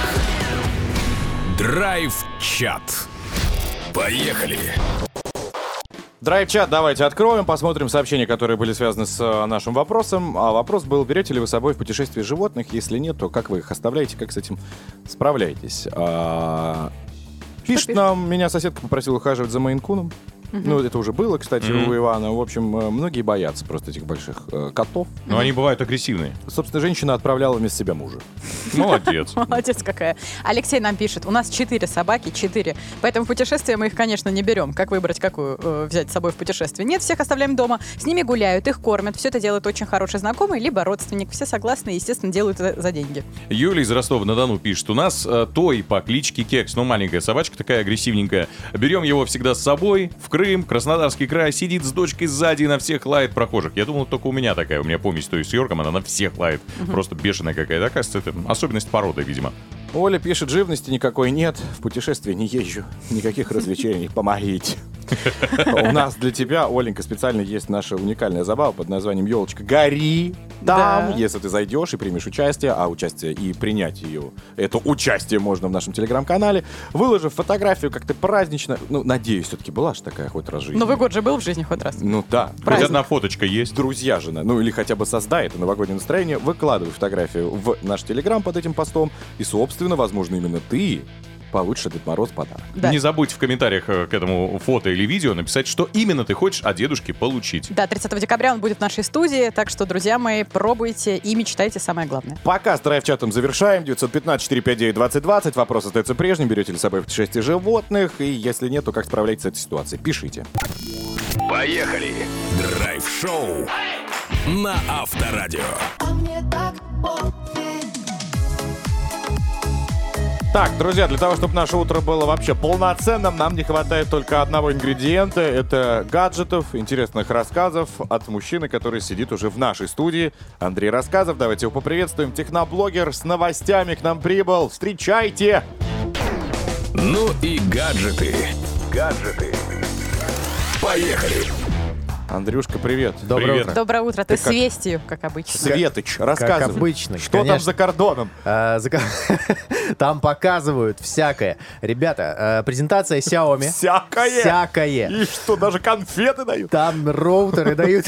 Speaker 1: Драйв-чат. Поехали.
Speaker 2: Драйв-чат давайте откроем, посмотрим сообщения, которые были связаны с э, нашим вопросом. А вопрос был, берете ли вы с собой в путешествие животных? Если нет, то как вы их оставляете, как с этим справляетесь? А, Пишет
Speaker 3: пишет?
Speaker 2: нам, меня соседка попросила ухаживать за Мейнкуном. Ну, это уже было, кстати, у Ивана. В общем, э, многие боятся просто этих больших э, котов.
Speaker 4: Но они бывают агрессивные.
Speaker 2: Собственно, женщина отправляла вместо себя мужа.
Speaker 4: Молодец.
Speaker 3: Молодец какая. Алексей нам пишет, у нас четыре собаки, четыре. Поэтому в путешествие мы их, конечно, не берем. Как выбрать, какую э, взять с собой в путешествие? Нет, всех оставляем дома. С ними гуляют, их кормят. Все это делает очень хороший знакомый, либо родственник. Все согласны и, естественно, делают это за деньги.
Speaker 4: Юлия из Ростова-на-Дону пишет. У нас э, Той по кличке Кекс, ну маленькая собачка такая агрессивненькая. Берем его всегда с собой в Крым, Краснодарский край, сидит с дочкой сзади и на всех лает прохожих. Я думал, только у меня такая. У меня помесь Той с Йорком, она на всех лает. Просто бешеная какая-то. Оказывается, это особенность породы, видимо.
Speaker 2: Оля пишет, живности никакой нет, в путешествие не езжу, никаких развлечений, помогите. У нас для тебя, Оленька, специально есть наша уникальная забава под названием «Елочка, гори там»,
Speaker 3: Да.
Speaker 2: если ты зайдешь и примешь участие, а участие и принять ее, это участие можно в нашем телеграм-канале, выложив фотографию, как ты празднично, ну, надеюсь, все-таки была же такая хоть раз в жизни.
Speaker 3: Новый год же был в жизни хоть раз.
Speaker 2: Ну да.
Speaker 4: Хоть
Speaker 3: Праздник.
Speaker 4: одна фоточка есть.
Speaker 2: друзья жена, ну или хотя бы создай это новогоднее настроение, выкладывай фотографию в наш телеграм под этим постом, и, собственно, возможно, именно ты получишь от Дед Мороз подарок.
Speaker 3: Да.
Speaker 4: Не забудь в комментариях э, к этому фото или видео написать, что именно ты хочешь от дедушки получить.
Speaker 3: Да, 30 декабря он будет в нашей студии, так что, друзья мои, пробуйте и мечтайте самое главное.
Speaker 2: Пока с драйв-чатом завершаем. 915-459-2020. Вопрос остается прежним. Берете ли с собой в путешествие животных? И если нет, то как справляетесь с этой ситуацией? Пишите.
Speaker 1: Поехали! Драйв-шоу на Авторадио.
Speaker 2: Так, друзья, для того, чтобы наше утро было вообще полноценным, нам не хватает только одного ингредиента. Это гаджетов, интересных рассказов от мужчины, который сидит уже в нашей студии. Андрей Рассказов, давайте его поприветствуем. Техноблогер с новостями к нам прибыл. Встречайте!
Speaker 1: Ну и гаджеты. Гаджеты. Поехали!
Speaker 2: Андрюшка, привет.
Speaker 4: Привет.
Speaker 8: утро.
Speaker 3: Доброе утро, ты с вестью, как обычно.
Speaker 2: Светоч, рассказывай.
Speaker 8: обычно,
Speaker 2: Что там
Speaker 8: конечно.
Speaker 2: за кордоном?
Speaker 8: А, зака- Там показывают всякое. Ребята, э, презентация Xiaomi.
Speaker 2: Всякое.
Speaker 8: Всякое.
Speaker 2: И что, даже конфеты дают?
Speaker 8: Там роутеры дают.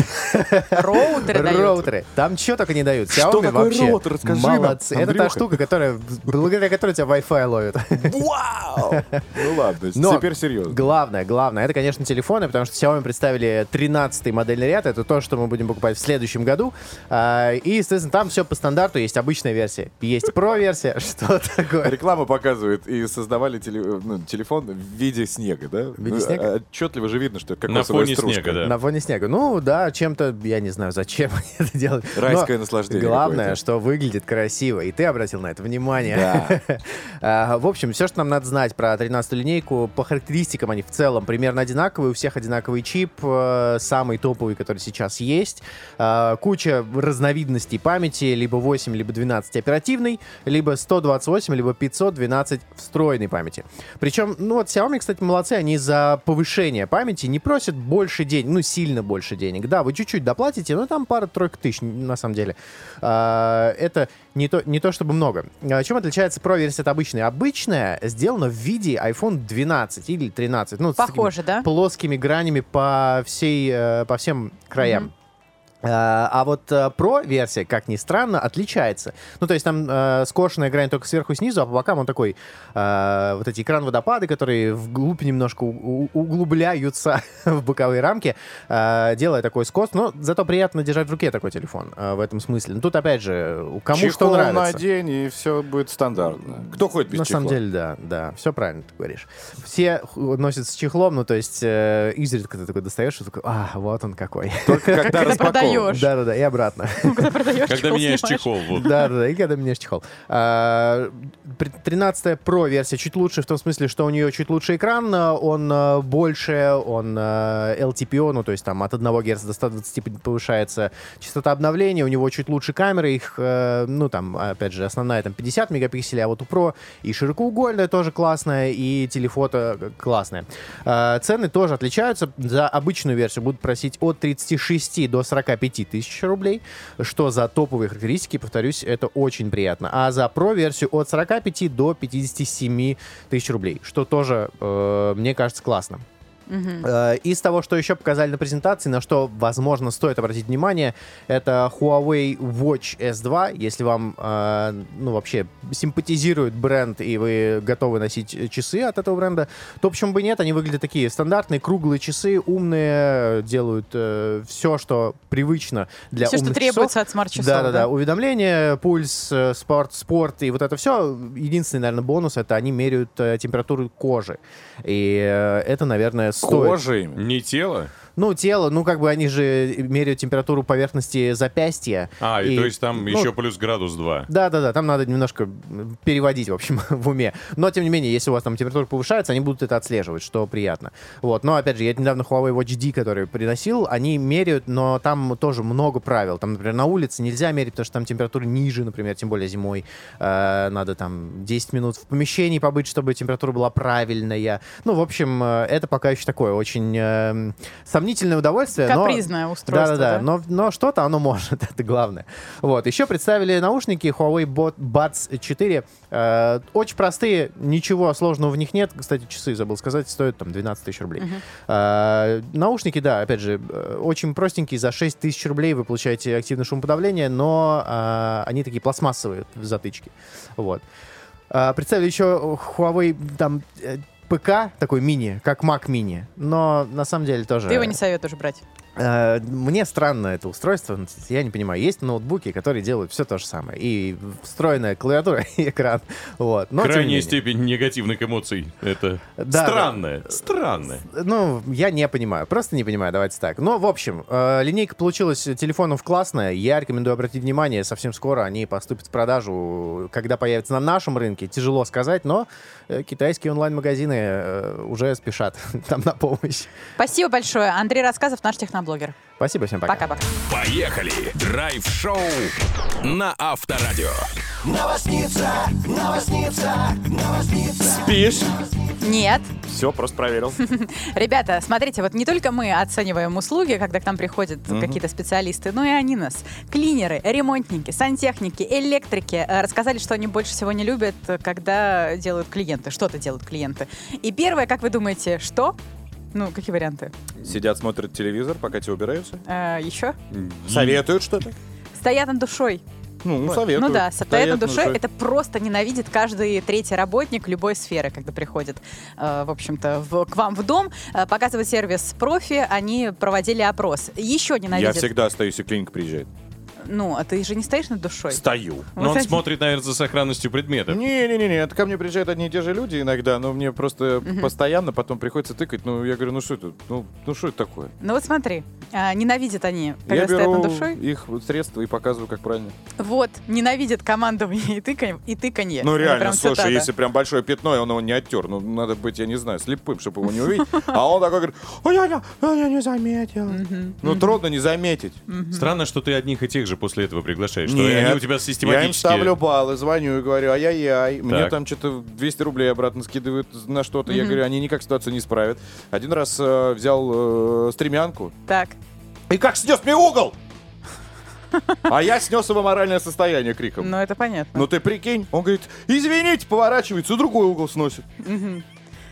Speaker 3: Роутеры дают.
Speaker 8: Роутеры. Там что только не дают.
Speaker 2: Что
Speaker 8: Xiaomi
Speaker 2: такое
Speaker 8: вообще
Speaker 2: роутер? Расскажи нам,
Speaker 8: молодцы. Это
Speaker 2: Андрюха.
Speaker 8: та штука, которая, благодаря которой тебя Wi-Fi ловит.
Speaker 2: Вау! Ну ладно,
Speaker 8: Но
Speaker 2: теперь серьезно.
Speaker 8: Главное, главное, это, конечно, телефоны, потому что Xiaomi представили 13-й модельный ряд. Это то, что мы будем покупать в следующем году. А, И, естественно, там все по стандарту. Есть обычная версия, есть про-версия. Что такое?
Speaker 2: Реклама показывает, и создавали теле- ну, телефон в виде снега, да?
Speaker 8: виде снега?
Speaker 2: Отчетливо же видно, что это
Speaker 4: На
Speaker 2: кокосовая
Speaker 4: фоне
Speaker 2: стружка.
Speaker 4: снега, да.
Speaker 8: На фоне снега. Ну да, чем-то, я не знаю, зачем они это делают. Но
Speaker 2: Райское наслаждение
Speaker 8: Главное,
Speaker 2: какое-то.
Speaker 8: что выглядит красиво. И ты обратил на это внимание.
Speaker 2: Да.
Speaker 8: А, В общем, все, что нам надо знать про 13-ю линейку, по характеристикам они в целом примерно одинаковые. У всех одинаковый чип, э, самый топовый, который сейчас есть. А, Куча разновидностей памяти, либо 8, либо 12 оперативной, либо 128, либо 512 встроенной памяти. Причем, ну вот Xiaomi, кстати, молодцы, они за повышение памяти не просят больше денег, ну сильно больше денег. Да, вы чуть-чуть доплатите, но там пара-тройка тысяч на самом деле. А, Это не то, не то чтобы много. А Чем отличается Pro-версия от обычной? Обычная сделана в виде iPhone 12 или 13. Ну, с такими
Speaker 3: Похоже, да?
Speaker 8: плоскими гранями по, всей, э, по всем краям. А а вот про версия, как ни странно, отличается. Ну, то есть там э, скошенная грань только сверху и снизу, а по бокам он такой, э, вот эти экран водопады, которые вглубь немножко у- у- углубляются в боковые рамки, э, делая такой скос, но зато приятно держать в руке такой телефон э, в этом смысле. Ну, тут опять же, у- кому что
Speaker 2: Чехол
Speaker 8: нравится.
Speaker 2: надень, и все будет стандартно. Кто ходит без
Speaker 8: На
Speaker 2: чехла?
Speaker 8: самом деле, да, да, все правильно ты говоришь. Все ху- носят с чехлом, ну, то есть э, изредка ты такой достаешь и такой, а, вот он какой.
Speaker 2: Только когда
Speaker 3: Когда
Speaker 2: распаковываешь.
Speaker 3: продаешь.
Speaker 8: Да-да-да, и обратно.
Speaker 3: Когда продаешь,
Speaker 4: Когда
Speaker 3: чехол
Speaker 4: меняешь
Speaker 3: снимаешь.
Speaker 4: чехол, вот.
Speaker 8: Да, да, да, и когда меняешь чехол. А, при- 13-я Pro версия чуть лучше, в том смысле, что у нее чуть лучше экран, а, он а, больше, он а, LTPO, ну то есть там от 1 Гц до 120 п- повышается частота обновления, у него чуть лучше камеры, их, э, ну там, опять же, основная там 50 мегапикселей, а вот у Pro и широкоугольная тоже классная, и телефото э, классная. А, Цены тоже отличаются. За обычную версию будут просить от 36 до 45 тысяч рублей, что за топовые характеристики, повторюсь, это очень приятно. А за Pro-версию от 45 до 57 тысяч рублей, что тоже, э, мне кажется, классно. Э, Из того, что еще показали на презентации, на что, возможно, стоит обратить внимание, это Huawei Watch S2. Если вам, э, ну, вообще симпатизирует бренд и вы готовы носить часы от этого бренда, то почему бы и нет? Они выглядят такие стандартные, круглые часы, умные, делают все, что привычно для
Speaker 3: Все, что
Speaker 8: умных
Speaker 3: требуется
Speaker 8: часов.
Speaker 3: от смарт-часов.
Speaker 8: Да, да, да. Уведомления, пульс, э, спорт, спорт и вот это все. Единственный, наверное, бонус это они меряют э, температуру кожи. И э, это, наверное, стоит.
Speaker 2: Кожа именно.
Speaker 4: Не тело?
Speaker 8: Ну, тело, ну, как бы они же меряют температуру поверхности запястья.
Speaker 4: А, и, то есть там
Speaker 8: ну,
Speaker 4: еще плюс градус 2.
Speaker 8: Да-да-да, там надо немножко м, переводить, в общем, в уме. Но, тем не менее, если у вас там температура повышается, они будут это отслеживать, что приятно. Вот, но, опять же, я недавно Huawei Watch D, который приносил, они меряют, но там тоже много правил. Там, например, на улице нельзя мерить, потому что там температура ниже, например, тем более зимой. Э, надо там 10 минут в помещении побыть, чтобы температура была правильная. Ну, в общем, э, это пока еще такое очень э, сомнительное удовольствие. но-
Speaker 3: Капризное устройство, да?
Speaker 8: да-да-да, но, но что-то оно может, это главное. Вот, еще представили наушники Huawei Bot- Buds 4. Э, очень простые, ничего сложного в них нет. Кстати, часы, забыл сказать, стоят там 12 тысяч рублей. Э, наушники, да, опять же, э, очень простенькие, за 6 тысяч рублей вы получаете активное шумоподавление, но э, они такие пластмассовые в затычке. Вот. А, Представили еще Huawei там э, ПК такой мини, как Mac мини, но на самом деле тоже.
Speaker 3: Ты его не советуешь брать.
Speaker 8: Э, Мне странно это устройство, я не понимаю. Есть ноутбуки, которые делают все то же самое. И встроенная клавиатура и экран. Вот. Но, тем не
Speaker 4: Крайняя
Speaker 8: менее.
Speaker 4: степень негативных эмоций. Это
Speaker 8: Да,
Speaker 4: странное, странное.
Speaker 8: Ну, я не понимаю, просто не понимаю, давайте так. Но, в общем, э, линейка получилась телефонов классная. Я рекомендую обратить внимание, совсем скоро они поступят в продажу. Когда появятся на нашем рынке, тяжело сказать, но э, китайские онлайн-магазины э, уже спешат там на помощь.
Speaker 3: Спасибо большое. Андрей Рассказов, наш техноблогер.
Speaker 8: Спасибо, всем пока.
Speaker 3: Пока-пока.
Speaker 1: Поехали! Драйв-шоу на Авторадио.
Speaker 2: Спишь?
Speaker 3: Нет.
Speaker 2: Все, просто проверил.
Speaker 3: Ребята, смотрите, вот не только мы оцениваем услуги, когда к нам приходят какие-то специалисты, но и они нас. Клинеры, ремонтники, сантехники, электрики э, рассказали, что они больше всего не любят, э, когда делают клиенты, что-то делают клиенты. И первое, как вы думаете, что? Ну, какие варианты?
Speaker 2: Сидят, смотрят телевизор, пока те убираются.
Speaker 3: Э, еще?
Speaker 2: Советуют что-то?
Speaker 3: Стоят над душой.
Speaker 2: Ну, советуют.
Speaker 3: Ну да, стоят над
Speaker 2: на
Speaker 3: душой. Это просто ненавидит каждый третий работник любой сферы, когда приходит, э, в общем-то, в- к вам в дом. Э, показывает сервис профи, они проводили опрос. Еще
Speaker 2: Я
Speaker 3: ненавидит.
Speaker 2: всегда остаюсь, и клиника приезжает.
Speaker 3: Ну, а ты же не стоишь над душой.
Speaker 2: Стою. Ну,
Speaker 4: Но
Speaker 3: Вот
Speaker 4: он
Speaker 3: это-
Speaker 4: смотрит, наверное, за сохранностью предмета.
Speaker 2: Не-не-не, это ко мне приезжают одни и те же люди иногда, но мне просто постоянно потом приходится тыкать. Ну, я говорю, ну что это? Ну, ну что это такое?
Speaker 3: Ну вот смотри, а, ненавидят они, когда
Speaker 2: я
Speaker 3: стоят
Speaker 2: беру
Speaker 3: над душой.
Speaker 2: их средства и показываю, как правильно.
Speaker 3: Вот, ненавидят командование и тыканье. И тыканье.
Speaker 2: Ну
Speaker 3: Это
Speaker 2: реально,
Speaker 3: Э, прям
Speaker 2: слушай,
Speaker 3: цитата.
Speaker 2: если прям большое пятно, и он его не оттер, ну надо быть, я не знаю, слепым, чтобы его не увидеть. А он такой говорит, ой, я, не- а я не заметил. Ну трудно не заметить.
Speaker 4: Странно, что ты одних и тех же после этого приглашаешь. Что
Speaker 2: Нет.
Speaker 4: они у тебя
Speaker 2: Я им
Speaker 4: систематически...
Speaker 2: ставлю баллы, звоню и говорю, ай-яй-яй, мне
Speaker 4: Так.
Speaker 2: там что-то 200 рублей обратно скидывают на что-то. Я говорю, они никак ситуацию не исправят. Один раз э, взял э, стремянку
Speaker 3: Так.
Speaker 2: и как снес мне угол! А я снес его моральное состояние криком.
Speaker 3: Ну, это понятно.
Speaker 2: Ну ты прикинь, он говорит, извините, поворачивается, и другой угол сносит.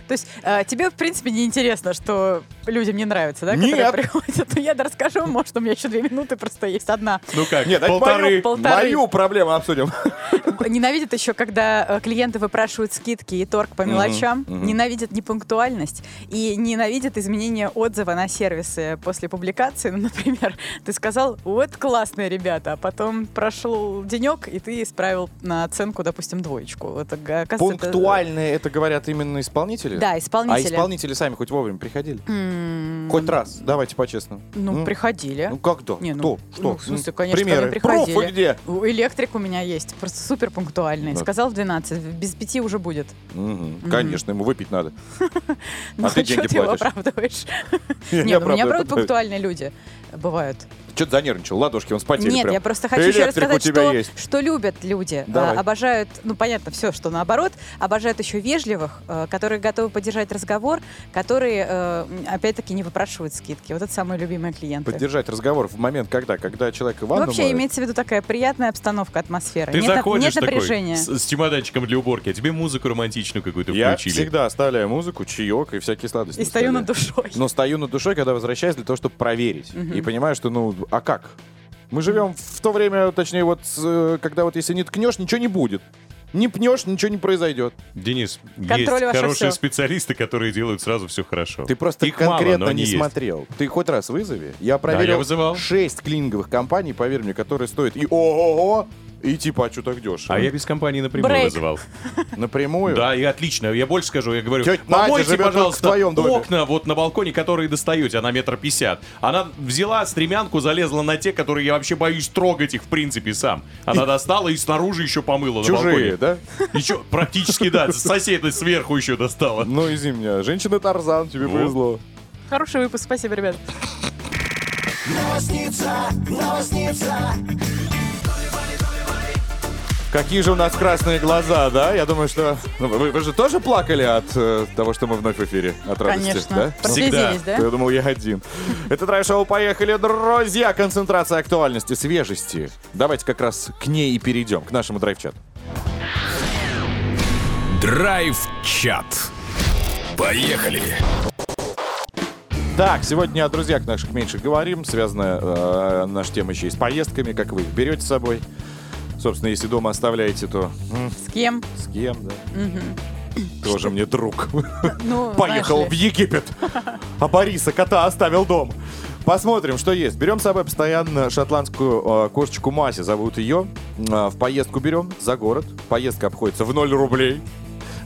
Speaker 3: То есть э, тебе, в принципе, не интересно, что людям не нравится, да? Которые
Speaker 2: Нет.
Speaker 3: приходят. Ну, я расскажу, может, у меня еще две минуты просто есть одна.
Speaker 4: Ну как,
Speaker 2: Нет, давайте
Speaker 4: полторы.
Speaker 2: мою,
Speaker 3: Полторы.
Speaker 2: мою проблему обсудим.
Speaker 3: Ненавидят еще, когда э, клиенты выпрашивают скидки и торг по мелочам. Ненавидят непунктуальность. И ненавидят изменение отзыва на сервисы после публикации. Ну, например, ты сказал, вот классные ребята, а потом прошел денек, и ты исправил на оценку, допустим, двоечку. Это, г- оказывается, это-
Speaker 2: Пунктуальные, это говорят именно исполнители?
Speaker 3: Да,
Speaker 2: А
Speaker 3: исполнители.
Speaker 2: исполнители сами хоть вовремя приходили?
Speaker 3: М,
Speaker 2: Хоть раз, давайте по-честному.
Speaker 3: Ну, приходили.
Speaker 2: Ну, когда?
Speaker 3: Не, ну,
Speaker 2: Кто?
Speaker 3: ну,
Speaker 2: Что?
Speaker 3: в смысле, конечно,
Speaker 2: Примеры.
Speaker 3: они приходили.
Speaker 2: Профы где?
Speaker 3: У- Электрик у меня есть, просто супер пунктуальный.
Speaker 2: Да.
Speaker 3: Сказал в 12, без пяти уже будет.
Speaker 2: Мгм, Конечно, ему выпить надо.
Speaker 3: Ну,
Speaker 2: А ты
Speaker 3: чё
Speaker 2: деньги
Speaker 3: ты его
Speaker 2: платишь.
Speaker 3: оправдываешь?
Speaker 2: Я
Speaker 3: Нет, ну, у меня,
Speaker 2: оправдываю.
Speaker 3: правда, пунктуальные люди бывают.
Speaker 2: Что-то занервничал, ладошки, он спотели
Speaker 3: Нет,
Speaker 2: прям.
Speaker 3: я просто хочу еще
Speaker 2: Электрик
Speaker 3: рассказать,
Speaker 2: у тебя
Speaker 3: что,
Speaker 2: есть.
Speaker 3: что любят люди.
Speaker 2: Давай.
Speaker 3: А, Обожают, ну понятно, все, что наоборот, обожают еще вежливых, э, которые готовы поддержать разговор, которые, э, м, опять-таки, не выпрашивают скидки. Вот это самые любимые клиенты.
Speaker 2: Поддержать разговор в момент, когда? Когда человек в
Speaker 3: Ну,
Speaker 2: ванну
Speaker 3: Вообще
Speaker 2: моет?
Speaker 3: имеется в виду такая приятная обстановка, атмосфера.
Speaker 4: Ты
Speaker 3: нет, нап-
Speaker 4: заходишь
Speaker 3: нет
Speaker 4: такой
Speaker 3: напряжения.
Speaker 4: с, с чемоданчиком для уборки, а тебе музыку романтичную какую-то
Speaker 2: Я
Speaker 4: включили.
Speaker 2: всегда оставляю музыку, чаек и всякие сладости.
Speaker 3: И стою над
Speaker 2: оставляю.
Speaker 3: душой.
Speaker 2: Но стою над душой, когда возвращаюсь для того, чтобы проверить. И понимаю, что ну, а как? Мы живем в то время, точнее, вот, с, э, когда вот если не ткнешь, ничего не будет. Не пнешь, ничего не произойдет.
Speaker 4: Денис, есть
Speaker 3: Контроль ваше
Speaker 4: хорошие
Speaker 3: всё.
Speaker 4: специалисты, которые делают сразу все хорошо.
Speaker 2: Ты просто
Speaker 4: Их мало,
Speaker 2: конкретно
Speaker 4: но они
Speaker 2: не
Speaker 4: есть.
Speaker 2: смотрел. Ты хоть раз вызови. Я проверил
Speaker 4: я вызывал.
Speaker 2: 6 клининговых компаний, поверь мне, которые стоят и ого и типа, а что так дешево?
Speaker 4: А я без компании напрямую
Speaker 3: Брейк.
Speaker 4: вызывал.
Speaker 2: Напрямую?
Speaker 4: Да, и отлично. Я больше скажу, я говорю,
Speaker 2: Тётя Надя
Speaker 4: помойте,
Speaker 2: живёт только
Speaker 4: пожалуйста,
Speaker 2: в твоём доме».
Speaker 4: окна вот на балконе, которые достаете, она метр пятьдесят. Она взяла стремянку, залезла на те, которые я вообще боюсь трогать их в принципе сам. Она достала и снаружи еще помыла
Speaker 2: Чужие,
Speaker 4: на балконе.
Speaker 2: да?
Speaker 4: Еще практически, да, соседа сверху еще достала.
Speaker 2: Ну, извини меня. Женщина Тарзан, тебе
Speaker 4: Вот.
Speaker 2: повезло.
Speaker 3: Хороший выпуск, спасибо, ребят.
Speaker 2: Какие же у нас красные глаза, да? Я думаю, что... Ну, вы, вы же тоже плакали от э, того, что мы вновь в эфире? От радости,
Speaker 3: Конечно.
Speaker 2: да? Ну,
Speaker 3: Прослезились, да?
Speaker 2: Я думал, я один. Это драйв-шоу «Поехали, друзья!» Концентрация актуальности, свежести. Давайте как раз к ней и перейдем, к нашему драйв-чату.
Speaker 1: Драйв-чат. Поехали.
Speaker 2: Так, сегодня о друзьях наших меньше говорим. Связана э, наша тема еще и с поездками, как вы их берете с собой. Собственно, если дома оставляете, то
Speaker 3: С кем?
Speaker 2: с кем, да? Тоже мне друг.
Speaker 3: Ну,
Speaker 2: Поехал
Speaker 3: знаешь
Speaker 2: в
Speaker 3: ли.
Speaker 2: Египет. А Бориса кота оставил дом. Посмотрим, что есть. Берем с собой постоянно шотландскую э, кошечку Маси, зовут ее. Э, в поездку берем за город. Поездка обходится в 0 рублей.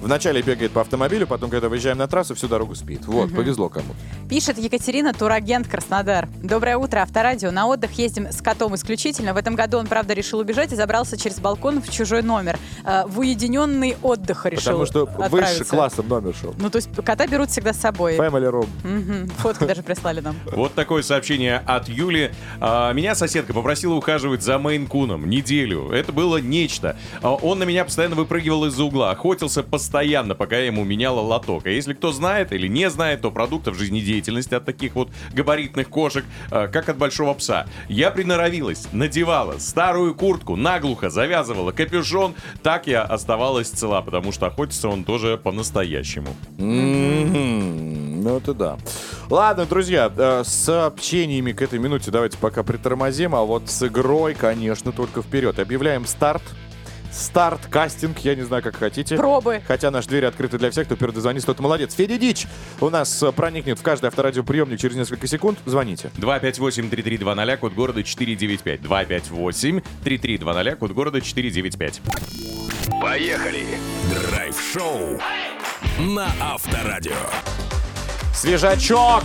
Speaker 2: Вначале бегает по автомобилю, потом, когда выезжаем на трассу, всю дорогу спит. Вот, повезло кому-то.
Speaker 3: Пишет Екатерина, турагент Краснодар. Доброе утро, Авторадио. На отдых ездим с котом исключительно. В этом году он, правда, решил убежать и забрался через балкон в чужой номер. Э, В уединенный отдых решил
Speaker 2: Потому что выше
Speaker 3: отправиться.
Speaker 2: классом номер шел.
Speaker 3: Ну, то есть кота берут всегда с собой.
Speaker 2: Family room.
Speaker 3: Мгм. Фотки даже прислали нам.
Speaker 4: Вот такое сообщение от Юли. А, Меня соседка попросила ухаживать за Мейн-куном неделю. Это было нечто. А, Он на меня постоянно выпрыгивал из-за угла, охотился постоянно, пока я ему меняла лоток. А если кто знает или не знает, то продуктов жизнедеятельности от таких вот габаритных кошек, а, как от большого пса. Я приноровилась, надевала старую куртку, наглухо завязывала капюшон. Так я оставалась цела, потому что охотится он тоже по-настоящему.
Speaker 2: Мгм. Ну это да. Ладно, друзья, э, с сообщениями к этой минуте давайте пока притормозим, а вот с игрой, конечно, только вперед. Объявляем старт. Старт, кастинг, я не знаю, как хотите.
Speaker 3: Пробы.
Speaker 2: Хотя наши двери открыты для всех, кто первый дозвонится, тот молодец. Федя Дич у нас э, проникнет в каждый авторадиоприемник через несколько секунд. Звоните.
Speaker 4: 258-3320, код города 495. 258-3320, код города 495.
Speaker 1: Поехали. Драйв-шоу на Авторадио.
Speaker 2: Свежачок!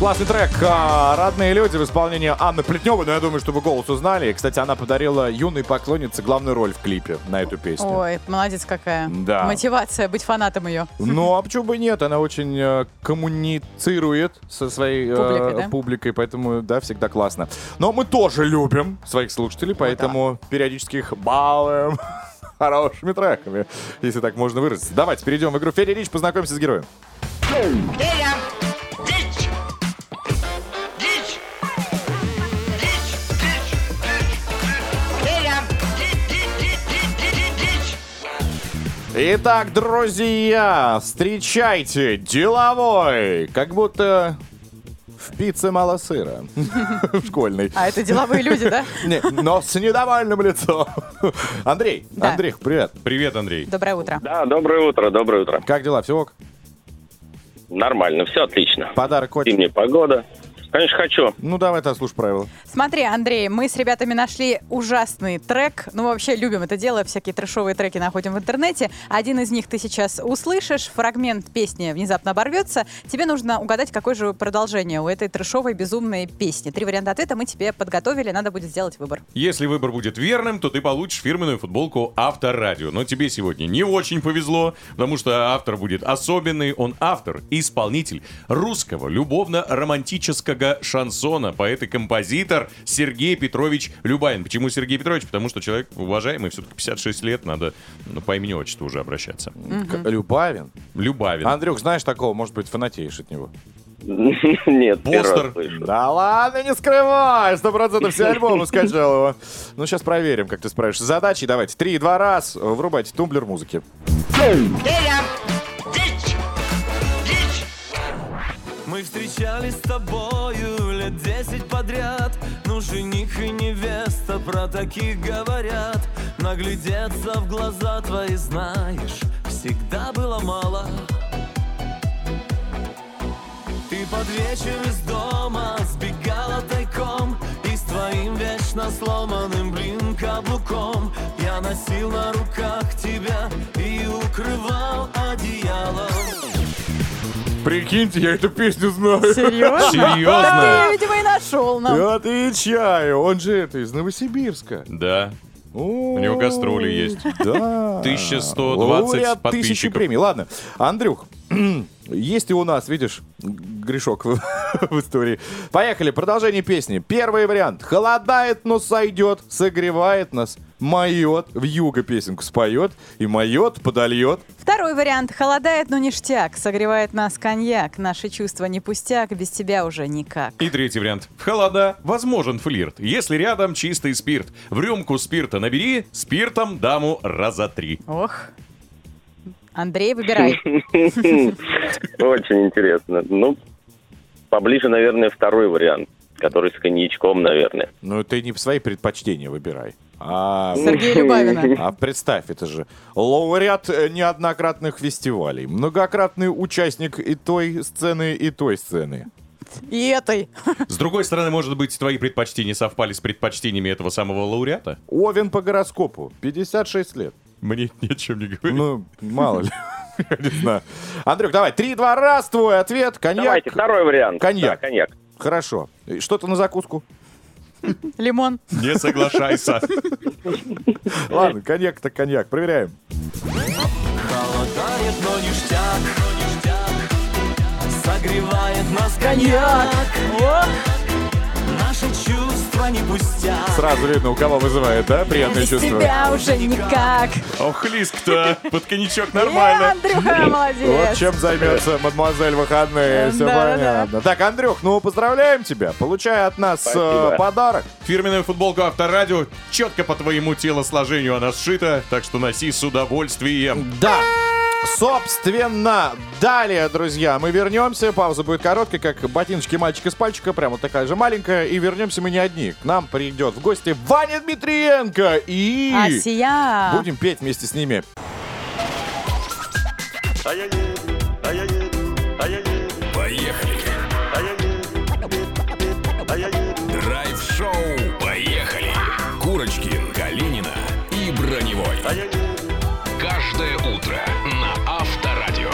Speaker 2: Классный трек а, «Родные люди» в исполнении Анны Плетневой, но я думаю, что вы голос узнали. Кстати, она подарила юной поклоннице главную роль в клипе на эту песню.
Speaker 3: Ой, молодец какая.
Speaker 2: Да.
Speaker 3: Мотивация быть фанатом ее.
Speaker 2: Ну, а почему бы и нет? Она очень э, коммуницирует со своей э,
Speaker 3: Публикой, да?
Speaker 2: публикой, поэтому, да, всегда классно. Но мы тоже любим своих слушателей, поэтому периодически их балуем хорошими треками, если так можно выразиться. Давайте перейдем в игру Федя Рич, познакомимся с героем. Итак, друзья, встречайте деловой, как будто в пицце мало сыра в школьной.
Speaker 3: А это деловые люди, да?
Speaker 2: Не, но с недовольным лицом. Андрей,
Speaker 3: Да.
Speaker 2: Андрей, привет.
Speaker 4: Привет, Андрей.
Speaker 3: Доброе утро.
Speaker 5: Да, доброе утро, доброе утро.
Speaker 2: Как дела, все ок?
Speaker 5: Нормально, все отлично.
Speaker 2: Подарок хочешь?
Speaker 5: Зимняя погода. Конечно, хочу.
Speaker 2: Ну, давай ты слушай правила.
Speaker 3: Смотри, Андрей, мы с ребятами нашли ужасный трек. Ну, вообще любим это дело, всякие трэшовые треки находим в интернете. Один из них ты сейчас услышишь, фрагмент песни внезапно оборвется. Тебе нужно угадать, какое же продолжение у этой трэшовой безумной песни. Три варианта ответа мы тебе подготовили, надо будет сделать выбор.
Speaker 4: Если выбор будет верным, то ты получишь фирменную футболку Авторадио. Но тебе сегодня не очень повезло, потому что автор будет особенный. Он автор и исполнитель русского любовно-романтического музыка шансона, поэт и композитор Сергей Петрович Любайн. Почему Сергей Петрович? Потому что человек уважаемый, все-таки 56 лет, надо ну, по имени-отчеству уже обращаться.
Speaker 2: К- Любавин.
Speaker 4: Любавин.
Speaker 2: Андрюх, знаешь такого? Может быть, фанатеешь от него.
Speaker 9: Нет, первый
Speaker 4: Постер.
Speaker 9: раз слышу.
Speaker 2: Да ладно, не скрывай! Сто процентов все альбомы скачал его. Ну, сейчас проверим, как ты справишься с задачей. Давайте, три, два, раз. Э, Врубайте тумблер музыки.
Speaker 10: Мы встречались с тобою лет десять подряд Ну, жених и невеста про таких говорят Наглядеться в глаза твои знаешь Всегда было мало Ты под вечер из дома сбегала тайком И с твоим вечно сломанным, блин, каблуком Я носил на руках тебя и укрывал одеялом
Speaker 2: Прикиньте, я эту песню знаю.
Speaker 3: Серьезно?
Speaker 4: Серьезно?
Speaker 3: Так ты ее, видимо, и нашел ну. нам.
Speaker 2: Отвечаю, он же это из Новосибирска.
Speaker 4: Да.
Speaker 2: У
Speaker 4: него гастроли есть.
Speaker 2: Да.
Speaker 4: 1120
Speaker 2: Лауреат а тысячи
Speaker 4: подписчиков.
Speaker 2: премий. Ладно, Андрюх, есть и у нас, видишь, грешок в, в истории. Поехали, продолжение песни. Первый вариант. Холодает, но сойдет, согревает нас. Майот в юго песенку споет и майот подольет.
Speaker 3: Второй вариант. Холодает, но ништяк. Согревает нас коньяк. Наши чувства не пустяк. Без тебя уже никак.
Speaker 4: И третий вариант. В холода возможен флирт, если рядом чистый спирт. В рюмку спирта набери, спиртом даму раза три.
Speaker 3: Ох. Андрей, выбирай.
Speaker 9: Очень интересно. Ну, поближе, наверное, второй вариант, который с коньячком, наверное.
Speaker 2: Ну, ты не свои предпочтения выбирай, а
Speaker 3: Сергея Любавина.
Speaker 2: А представь, это же лауреат э, неоднократных фестивалей, многократный участник и той сцены, и той сцены.
Speaker 3: И этой.
Speaker 4: С другой стороны, может быть, твои предпочтения совпали с предпочтениями этого самого лауреата?
Speaker 2: Овен по гороскопу, 56 лет.
Speaker 4: Мне ни о чем не говорить.
Speaker 2: Ну, мало ли. Я не знаю. Андрюх, давай, три-два раз твой ответ. Коньяк.
Speaker 9: Давайте, второй вариант.
Speaker 2: Коньяк.
Speaker 9: Да, коньяк.
Speaker 2: Хорошо. И Что-то на закуску?
Speaker 3: Лимон.
Speaker 4: Не соглашайся.
Speaker 2: Ладно, коньяк так коньяк. Проверяем.
Speaker 10: Холодает, но ништяк, Согревает нас коньяк Наши чувства не пустяк
Speaker 2: Сразу видно, у кого вызывает, да, приятное
Speaker 3: Без
Speaker 2: чувство?
Speaker 3: тебя уже никак.
Speaker 4: Ох, лиск-то. Под коньячок
Speaker 3: Э,
Speaker 4: нормально.
Speaker 3: Андрюха,
Speaker 2: Вот
Speaker 3: молодец.
Speaker 2: чем займется мадемуазель выходные, все
Speaker 3: Да-да-да.
Speaker 2: понятно. Так, Андрюх, ну поздравляем тебя, получай от нас э,
Speaker 9: Спасибо.
Speaker 2: подарок.
Speaker 4: Фирменную футболку Авторадио четко по твоему телосложению она сшита, так что носи с удовольствием.
Speaker 2: Да. Собственно, далее, друзья, мы вернемся. Пауза будет короткой, как ботиночки мальчика с пальчика, прямо такая же маленькая. И вернемся мы не одни. К нам придет в гости Ваня Дмитриенко и...
Speaker 3: Асия.
Speaker 2: Будем петь вместе с ними.
Speaker 1: Поехали. Драйв-шоу. Поехали. Курочкин, Калинина и Броневой. Каждое утро на Авторадио.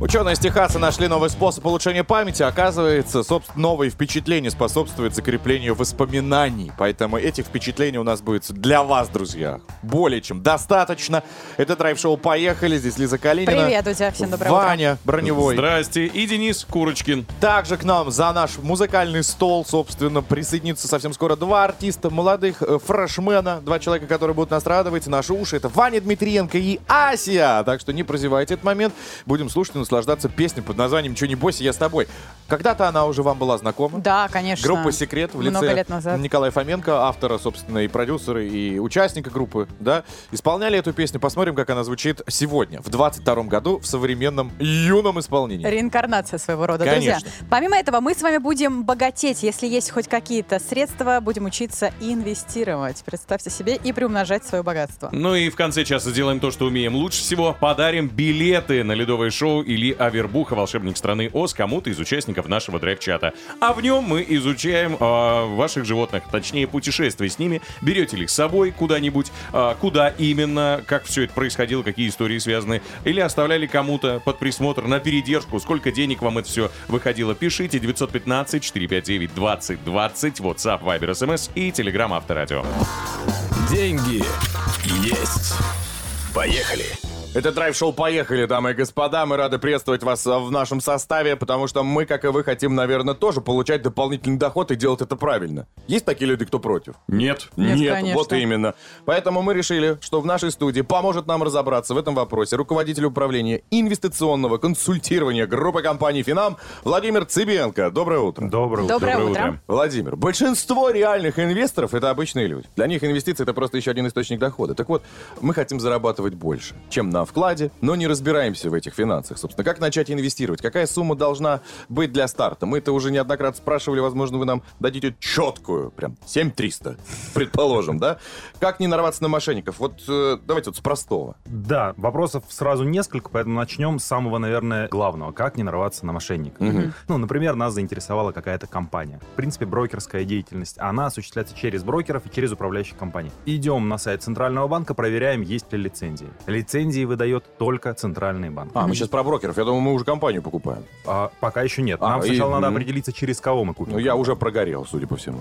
Speaker 2: Ученые из Техаса нашли новый способ улучшения памяти. Оказывается, собственно, новые впечатления способствуют закреплению воспоминаний. Поэтому этих впечатлений у нас будет для вас, друзья, более чем достаточно. Это драйв-шоу «Поехали». Здесь Лиза Калинина.
Speaker 3: Привет, у тебя всем доброе утро.
Speaker 2: Ваня Броневой.
Speaker 4: Здрасте. И Денис Курочкин.
Speaker 2: Также к нам за наш музыкальный стол, собственно, присоединится совсем скоро два артиста молодых э, фрешмена, два человека, которые будут нас радовать, наши уши. Это Ваня Дмитриенко и Асия. Так что не прозевайте этот момент. Будем слушать и наслаждаться песней под названием «Чего не бойся, я с тобой». Когда-то она уже вам была знакома.
Speaker 3: Да, конечно.
Speaker 2: Группа «Секрет» в лице
Speaker 3: Много лет назад.
Speaker 2: Николая Фоменко, автора, собственно, и продюсера, и участника группы, да, исполняли эту песню. Посмотрим, как она звучит сегодня, в 22 году, в современном юном исполнении.
Speaker 3: Реинкарнация своего рода,
Speaker 2: Конечно.
Speaker 3: друзья. Помимо этого, мы с вами будем богатеть, если есть хоть какие-то средства, будем учиться инвестировать. Представьте себе и приумножать свое богатство.
Speaker 4: Ну и в конце часа сделаем то, что умеем лучше всего. Подарим билеты на ледовое шоу или Авербуха «Волшебник страны Оз» кому-то из участников нашего драйв-чата. А в нем мы изучаем а, ваших животных, точнее путешествия с ними. Берете ли с собой куда-нибудь, а, куда именно, как все это происходило, какие истории связаны. Или оставляли кому-то под присмотр на передержку, сколько денег вам это все выходило. Пишите 915-459-2020, WhatsApp, Viber, SMS и Telegram Авторадио.
Speaker 1: Деньги есть. Поехали.
Speaker 2: Это драйв-шоу «Поехали», дамы и господа. Мы рады приветствовать вас э, в нашем составе, потому что мы, как и вы, хотим, наверное, тоже получать дополнительный доход и делать это правильно. Есть такие люди, кто против?
Speaker 4: Нет.
Speaker 3: Нет,
Speaker 2: Нет,
Speaker 3: конечно.
Speaker 2: вот именно. Поэтому мы решили, что в нашей студии поможет нам разобраться в этом вопросе руководитель управления инвестиционного консультирования группы компаний «Финам» Владимир Цыбенко. Доброе утро.
Speaker 6: Доброе утро.
Speaker 3: Доброе,
Speaker 4: Доброе
Speaker 3: утро.
Speaker 4: утро.
Speaker 2: Владимир, большинство реальных инвесторов это обычные люди. Для них инвестиции это просто еще один источник дохода. Так вот, мы хотим зарабатывать больше, чем на вкладе, но не разбираемся в этих финансах. Собственно, как начать инвестировать? Какая сумма должна быть для старта? Мы это уже неоднократно спрашивали, возможно, вы нам дадите четкую, прям 7300, предположим, да? Как не нарваться на мошенников? Вот э, давайте вот с простого.
Speaker 11: Да, вопросов сразу несколько, поэтому начнем с самого, наверное, главного. Как не нарваться на мошенника? Ну, например, нас заинтересовала какая-то компания. В принципе, брокерская деятельность. Она осуществляется через брокеров и через управляющих компаний. Идем на сайт Центрального банка, проверяем, есть ли лицензии. Лицензии выдает только Центральный банк.
Speaker 2: А, мы сейчас про брокеров. Я думаю, мы уже компанию покупаем.
Speaker 11: А, пока еще нет.
Speaker 2: А,
Speaker 11: Нам
Speaker 2: и-
Speaker 11: сначала надо
Speaker 2: мгм.
Speaker 11: определиться, через кого мы купим.
Speaker 2: Ну, я уже прогорел, судя по всему.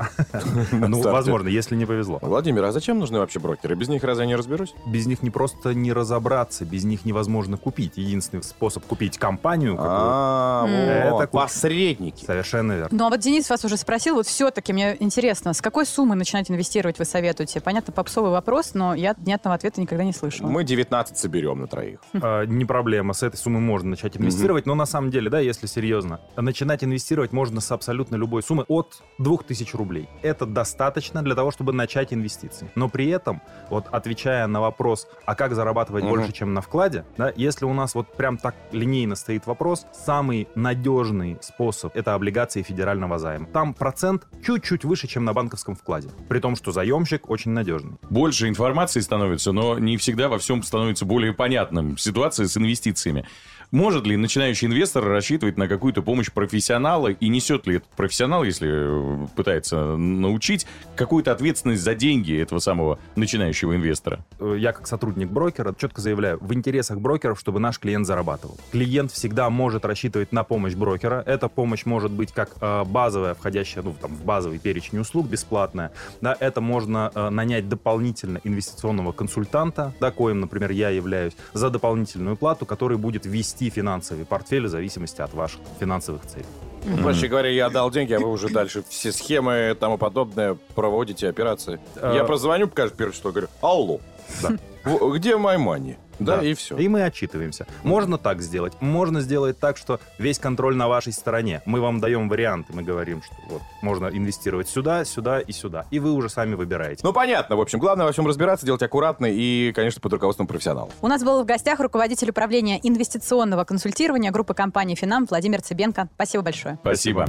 Speaker 2: на
Speaker 11: Ну,
Speaker 2: старте.
Speaker 11: возможно, если не повезло.
Speaker 2: Владимир, а зачем нужны вообще брокеры? Без них разве я не разберусь?
Speaker 11: Без них не просто не разобраться, без них невозможно купить. Единственный способ купить компанию, какую-
Speaker 2: А,
Speaker 11: М.
Speaker 2: вот.
Speaker 11: Это куча.
Speaker 2: посредники.
Speaker 11: совершенно верно.
Speaker 3: Ну а вот Денис вас уже спросил, вот все-таки мне интересно, с какой суммы начинать инвестировать вы советуете? Понятно, попсовый вопрос, но я внятного ответа никогда не слышала.
Speaker 2: Мы 19 соберем на троих.
Speaker 11: А, не проблема, с этой суммы можно начать инвестировать, но на самом деле, да, если серьезно, начинать инвестировать можно с абсолютно любой суммы от 2000 рублей. Это достаточно для того, чтобы начать инвестиции. Но при этом, вот отвечая на вопрос, а как зарабатывать
Speaker 2: Мгм.
Speaker 11: больше, чем на вкладе, да, если у нас вот прям так линейно стоит вопрос, самый надежный способ — это облигации федерального займа. Там процент чуть-чуть выше, чем на банковском вкладе, при том, что заемщик очень надежный.
Speaker 4: Больше информации становится, но не всегда во всем становится более понятным. Ситуация с инвестициями. Может ли начинающий инвестор рассчитывать на какую-то помощь профессионала и несет ли этот профессионал, если э, пытается научить, какую-то ответственность за деньги этого самого начинающего инвестора?
Speaker 11: э, я как сотрудник брокера четко заявляю, в интересах брокеров, чтобы наш клиент зарабатывал. Клиент всегда может рассчитывать на помощь брокера. Эта помощь может быть как э, базовая, входящая ну, там, в базовый перечень услуг, бесплатная. Да, это можно э, нанять дополнительно инвестиционного консультанта, да, коим, например, я являюсь, за дополнительную плату, который будет вести финансовый портфель в зависимости от ваших финансовых целей.
Speaker 2: Ну, Проще говоря, я дал деньги, а вы уже дальше все схемы и тому подобное проводите операции.
Speaker 11: Э,
Speaker 2: Я прозвоню, покажу первое, что говорю. Алло.
Speaker 11: Да.
Speaker 2: В- Где мой мани? Да, и все.
Speaker 11: И мы отчитываемся. Можно так сделать. Можно сделать так, что весь контроль на вашей стороне. Мы вам даем варианты. Мы говорим, что вот можно инвестировать сюда, сюда и сюда. И вы уже сами выбираете.
Speaker 2: Ну, понятно, в общем. Главное во всем разбираться, делать аккуратно и, конечно, под руководством профессионалов.
Speaker 3: У нас был в гостях руководитель управления инвестиционного консультирования группы компании «Финам» Владимир Цыбенко. Спасибо большое.
Speaker 4: Спасибо.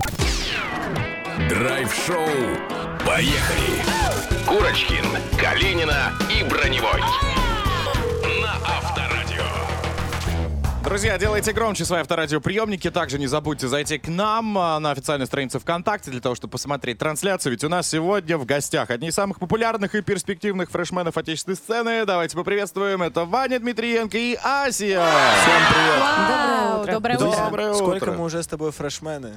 Speaker 1: Драйв-шоу. Поехали! Курочкин, Калинина и Броневой. На Авторадио.
Speaker 2: Друзья, делайте громче свои авторадиоприемники. Также не забудьте зайти к нам а, на официальную страницу ВКонтакте для того, чтобы посмотреть трансляцию. Ведь у нас сегодня в гостях одни из самых популярных и перспективных фрешменов отечественной сцены. Давайте поприветствуем. Это Ваня Дмитриенко и Асия. Всем привет.
Speaker 12: Вау,
Speaker 2: Доброе
Speaker 12: доброе
Speaker 2: утро.
Speaker 12: утро.
Speaker 2: Доброе
Speaker 12: Сколько
Speaker 2: утро.
Speaker 12: мы уже с тобой фрешмены?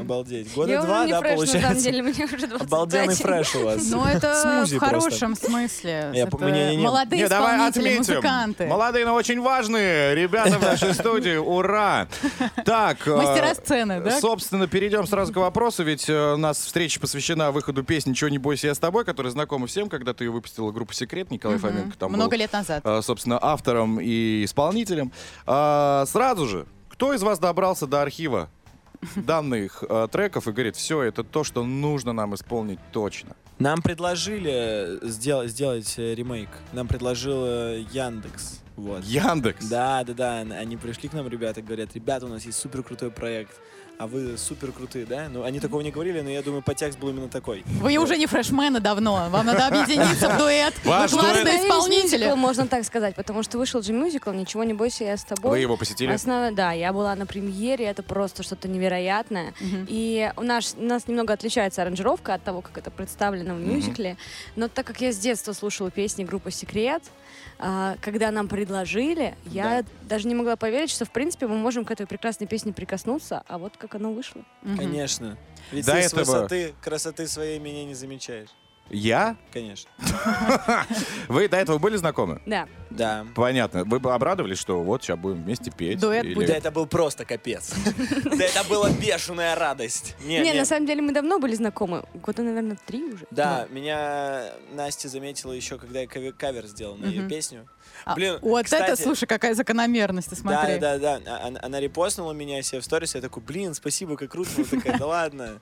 Speaker 12: Обалдеть. Года
Speaker 7: Я
Speaker 12: два,
Speaker 7: уже не
Speaker 12: да,
Speaker 7: фреш, на самом
Speaker 12: получается?
Speaker 7: деле, мне уже 25.
Speaker 12: Обалденный фреш у вас.
Speaker 3: Ну, это
Speaker 12: Смузи
Speaker 3: в хорошем смысле.
Speaker 12: Я
Speaker 3: Это
Speaker 12: по- не-не-не.
Speaker 3: Молодые
Speaker 2: Не, давай
Speaker 3: исполнители,
Speaker 2: отметим.
Speaker 3: музыканты.
Speaker 2: Молодые, но очень важные ребята в нашей студии. Ура! Так. э,
Speaker 3: Мастера сцены, да?
Speaker 2: Собственно, перейдем сразу к вопросу, ведь э, у нас встреча посвящена выходу песни «Ничего не бойся, я с тобой», которая знакома всем, когда ты ее выпустила, группа «Секрет», Николай Фоменко там
Speaker 3: Много
Speaker 2: был,
Speaker 3: лет назад.
Speaker 2: э, собственно, автором и исполнителем. А, сразу же, кто из вас добрался до архива данных э, треков и говорит, все, это то, что нужно нам исполнить точно?
Speaker 12: Нам предложили сделать, сделать э, ремейк. Нам предложил э, Яндекс. Вот.
Speaker 2: Яндекс.
Speaker 12: Да, да, да. н- Они пришли к нам, ребята, говорят, ребята, у нас есть супер крутой проект. А вы супер крутые, да? Ну, они такого не говорили, но я думаю, подтекст был именно такой.
Speaker 3: Вы уже не фрешмены давно. а Вам надо объединиться в дуэт. Вы
Speaker 4: Ваш
Speaker 3: классные
Speaker 7: Появились мюзиклы,
Speaker 3: исполнители.
Speaker 7: можно так сказать, потому что вышел же мюзикл «Ничего не бойся, я с тобой».
Speaker 2: Вы его посетили?
Speaker 7: Основ- Да, я была на премьере, это просто что-то невероятное. И у нас, у нас немного отличается аранжировка от того, как это представлено в мюзикле. Но так как я с детства слушала песни группы «Секрет», а, когда нам предложили, я даже не могла поверить, что, в принципе, мы можем к этой прекрасной песне прикоснуться, а вот как оно вышло.
Speaker 3: Мгм.
Speaker 12: Конечно. Ведь
Speaker 2: До
Speaker 12: ты
Speaker 2: этого-
Speaker 12: с высоты красоты своей меня не замечаешь.
Speaker 2: Я?
Speaker 12: Конечно.
Speaker 2: Вы до этого были знакомы?
Speaker 7: Да,
Speaker 13: Да.
Speaker 2: Понятно. Вы бы обрадовались, что вот сейчас будем вместе петь?
Speaker 3: Дуэт
Speaker 2: Или-
Speaker 3: будет.
Speaker 13: Да это был просто капец. Да это была бешеная радость. Не,
Speaker 7: Не,
Speaker 13: не.
Speaker 7: на самом деле мы давно были знакомы. Года, наверное, три уже.
Speaker 13: Да, меня Настя заметила еще, когда я кавер, кавер сделал на ее
Speaker 3: Мгм.
Speaker 13: песню.
Speaker 3: А,
Speaker 13: Блин,
Speaker 3: вот это,
Speaker 13: кстати-
Speaker 3: слушай, какая закономерность, ты смотри.
Speaker 13: Да, да, да. а- Она, она репостнула меня себе в сторис, я такой, блин, спасибо, как круто. Она такая, да ладно.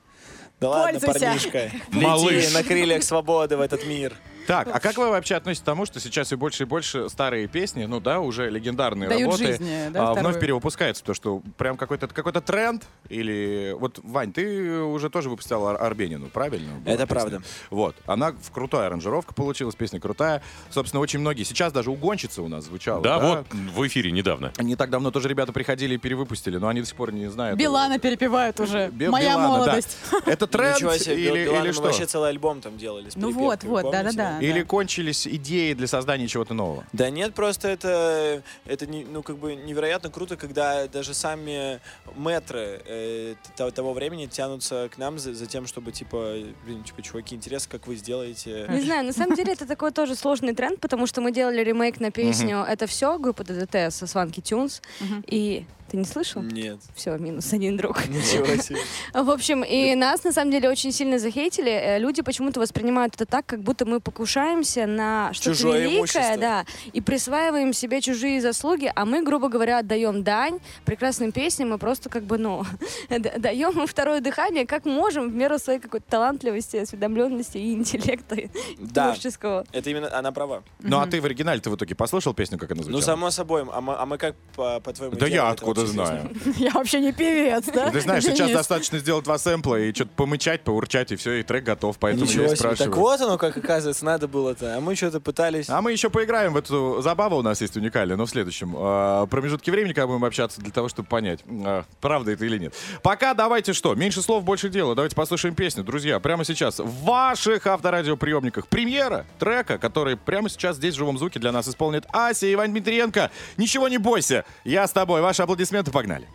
Speaker 13: Да ладно,
Speaker 3: Пользуйся.
Speaker 13: парнишка.
Speaker 4: Малыш.
Speaker 13: Лети на крыльях свободы в этот мир.
Speaker 2: Так, а как вы вообще относитесь к тому, что сейчас все больше и больше старые песни, ну да, уже легендарные
Speaker 3: Дают
Speaker 2: работы,
Speaker 3: жизни, да,
Speaker 2: а,
Speaker 3: вторую?
Speaker 2: вновь перевыпускаются, потому что прям какой-то какой-то тренд или вот Вань, ты уже тоже выпускал Ар- Арбенину, правильно? была
Speaker 13: Это
Speaker 2: песня?
Speaker 13: правда.
Speaker 2: Вот, она в крутая аранжировка получилась, песня крутая. Собственно, очень многие сейчас даже угонщица у нас звучала.
Speaker 4: Да, вот в эфире недавно.
Speaker 2: Не так давно тоже ребята приходили и перевыпустили, но они до сих пор не знают.
Speaker 3: Билана перепевают уже.
Speaker 2: Бе-
Speaker 3: Моя
Speaker 2: Билана, да.
Speaker 3: молодость.
Speaker 2: Это тренд
Speaker 13: Ничего себе, Бил-
Speaker 2: или,
Speaker 13: Билана
Speaker 2: или
Speaker 13: мы
Speaker 2: что?
Speaker 13: вообще целый альбом там делали с
Speaker 3: Ну
Speaker 13: перепевками,
Speaker 3: вот, вот,
Speaker 13: помните?
Speaker 3: да-да-да.
Speaker 2: Или кончились идеи для создания чего-то нового?
Speaker 13: Да нет, просто это, это не- ну, как бы невероятно круто, когда даже сами метры э, т- того времени тянутся к нам за, за тем, чтобы, типа, блин, типа, чуваки, интересно, как вы сделаете.
Speaker 7: Не знаю, на самом деле это такой тоже сложный тренд, потому что мы делали ремейк на песню «Это все» группы ДДТ со Сванки Тюнс.
Speaker 3: Мгм.
Speaker 7: И ты не слышал?
Speaker 13: Нет.
Speaker 7: Все, минус один друг.
Speaker 13: Ничего себе.
Speaker 7: В общем, и нас на самом деле очень сильно захейтили. Э, Люди почему-то воспринимают это так, как будто мы покушаемся на что-то
Speaker 13: Чужое
Speaker 7: великое,
Speaker 13: имущество.
Speaker 7: да, и присваиваем себе чужие заслуги, а мы, грубо говоря, отдаем дань прекрасным песням, мы просто как бы, ну, да- даем им второе дыхание, как можем, в меру своей какой-то талантливости, осведомленности и интеллекта и
Speaker 13: Да,
Speaker 7: творческого.
Speaker 13: это именно, она права.
Speaker 2: Ну а ты в оригинале-то в итоге послушал песню, как она звучала?
Speaker 13: Ну, само собой, а мы, а мы как, по- по-твоему,
Speaker 2: Да я
Speaker 13: делаем это
Speaker 2: откуда
Speaker 13: вот сейчас?
Speaker 2: знаю.
Speaker 3: Я вообще не певец, да?
Speaker 2: Ты знаешь, сейчас
Speaker 3: Денис?
Speaker 2: достаточно сделать два сэмпла и что-то помычать, поурчать, и все, и трек готов, поэтому
Speaker 13: Ничего
Speaker 2: я и
Speaker 13: себе. Так
Speaker 2: спрашиваю.
Speaker 13: вот оно, как оказывается, надо было-то. А мы что-то пытались.
Speaker 2: А мы еще поиграем в эту забаву, у нас есть уникальная, но в следующем э, промежутке времени, когда будем общаться, для того, чтобы понять, э, правда это или нет. Пока давайте что, меньше слов, больше дела. Давайте послушаем песню, друзья, прямо сейчас в ваших авторадиоприемниках. Премьера трека, который прямо сейчас здесь в живом звуке для нас исполнит Ася и Иван Дмитриенко. Ничего не бойся, я с тобой. Ваши аплодисменты, погнали.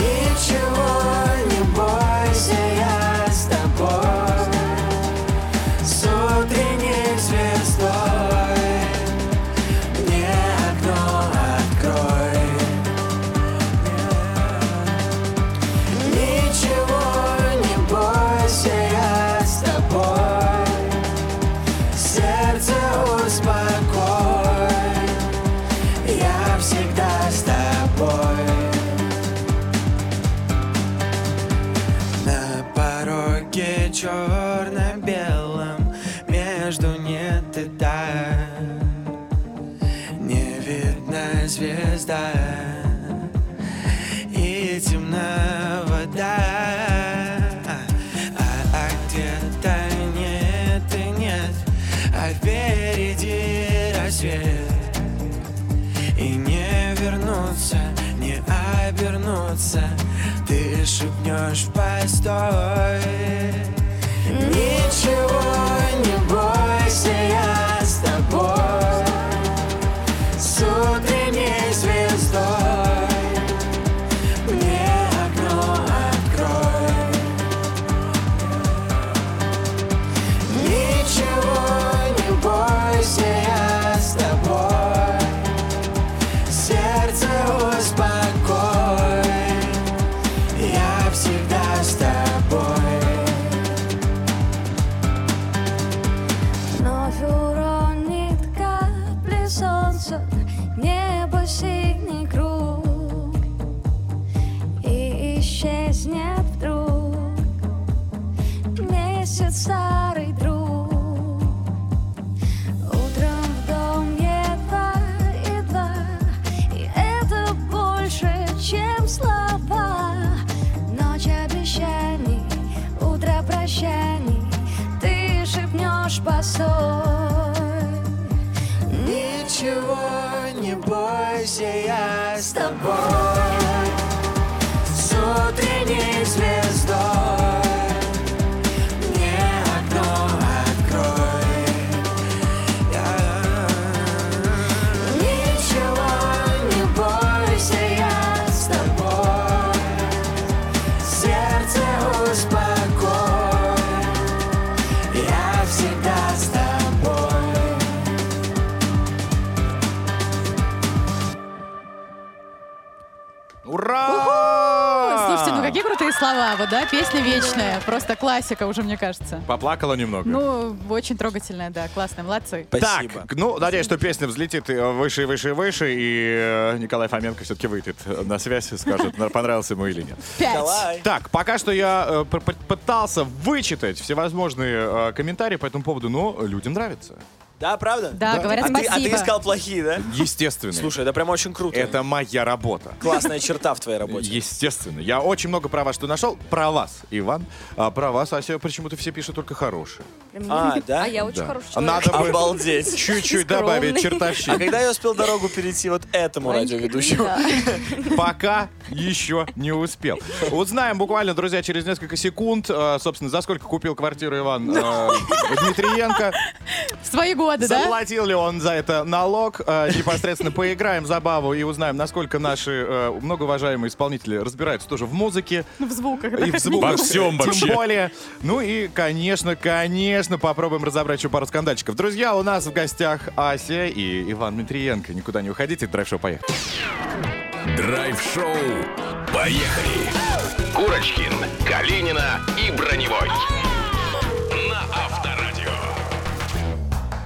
Speaker 10: Ничего не бойся, я с тобой С утренней звездой Мне окно открой Ничего не бойся, я с тобой Сердце успокой Я всегда с тобой На пороге черно-белом Между нет и да Не видна звезда И темна вода А, а- а где-то нет и нет А впереди рассвет и не вернуться, не обернуться Ты шепнешь постой Ничего не бойся, я с тобой С утренней звездой Мне окно открой Ничего не бойся, я с тобой сердце успокой Я всегда с тобой
Speaker 7: Вновь уронит капли солнца Небо синий круг И исчезнет вдруг Месяц старый друг Утром в дом едва, едва И это больше, чем слова Ночь обещаний, утро прощаний Ты шепнешь постой
Speaker 10: Ничего не бойся, я с тобой С утренней звездой Мне окно открой
Speaker 2: Ура!
Speaker 3: Слушайте, ну какие крутые слова, вот, да, песня вечная, просто классика уже, мне кажется.
Speaker 2: Поплакала немного.
Speaker 3: Ну, очень трогательная, да, классная, молодцы.
Speaker 2: Так, ну, надеюсь, что песня взлетит э, выше и выше и выше, и э, Николай Фоменко все-таки выйдет э, на связь и скажет, на- понравился ему или нет.
Speaker 3: Пять.
Speaker 2: Так, пока что я э, пр- пр- пытался вычитать всевозможные э, комментарии по этому поводу, но людям нравится.
Speaker 5: Да, правда?
Speaker 3: Да, говорят
Speaker 5: а ты- а
Speaker 3: спасибо.
Speaker 5: ты искал плохие, да?
Speaker 2: Естественно.
Speaker 5: Слушай, это прям очень круто.
Speaker 2: Это моя работа.
Speaker 5: Классная черта в твоей работе.
Speaker 2: Естественно. Я очень много про вас что нашел. Про вас, Иван. А про вас, Ася, почему-то все пишут только хорошие.
Speaker 7: Для меня.
Speaker 5: А, да?
Speaker 7: А я очень
Speaker 2: Да.
Speaker 7: хороший человек.
Speaker 2: Надо бы
Speaker 5: Обалдеть.
Speaker 2: чуть-чуть добавить
Speaker 5: А
Speaker 2: чертовщины.
Speaker 5: когда я успел дорогу перейти вот этому радиоведущему?
Speaker 2: Пока еще не успел. Узнаем буквально, друзья, через несколько секунд, э, собственно, за сколько купил квартиру Иван э, Дмитриенко.
Speaker 3: В свои годы, да?
Speaker 2: Заплатил ли он за это налог? Э, Непосредственно поиграем забаву и узнаем, насколько наши э, многоуважаемые исполнители разбираются тоже в музыке.
Speaker 3: Ну, в звуках, да.
Speaker 2: И в звуках.
Speaker 4: Во всем вообще.
Speaker 2: Тем более. Ну и, конечно, конечно, попробуем разобрать еще пару скандальчиков. Друзья, у нас в гостях Ася и Иван Дмитриенко. Никуда не уходите, драйв-шоу, поехали.
Speaker 1: Драйв-шоу. Поехали! Курочкин, Калинина и Броневой. На Авторадио.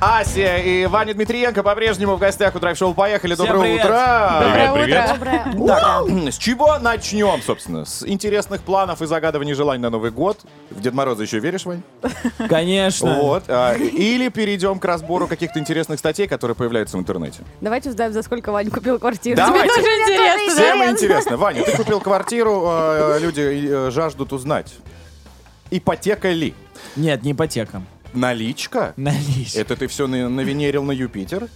Speaker 2: Ася и Ваня Дмитриенко по-прежнему в гостях у драйв-шоу. Поехали,
Speaker 5: Всем
Speaker 2: доброе
Speaker 5: привет.
Speaker 2: утро!
Speaker 4: Привет, привет.
Speaker 2: Так, с чего начнем, собственно? С интересных планов и загадываний желаний на Новый год. В Дед Мороза еще веришь, Вань?
Speaker 5: Конечно.
Speaker 2: Вот. а, Или перейдем к разбору каких-то интересных статей, которые появляются в интернете.
Speaker 7: Давайте узнаем, за сколько Вань купил квартиру.
Speaker 2: Давайте.
Speaker 7: Тебе тоже интересно, да?
Speaker 2: Всем интересно. Ваня, ты купил квартиру, э, люди э, жаждут узнать. Ипотека ли?
Speaker 13: Нет, не ипотека.
Speaker 2: Наличка?
Speaker 13: Наличка.
Speaker 2: Это ты все навенерил на Юпитер?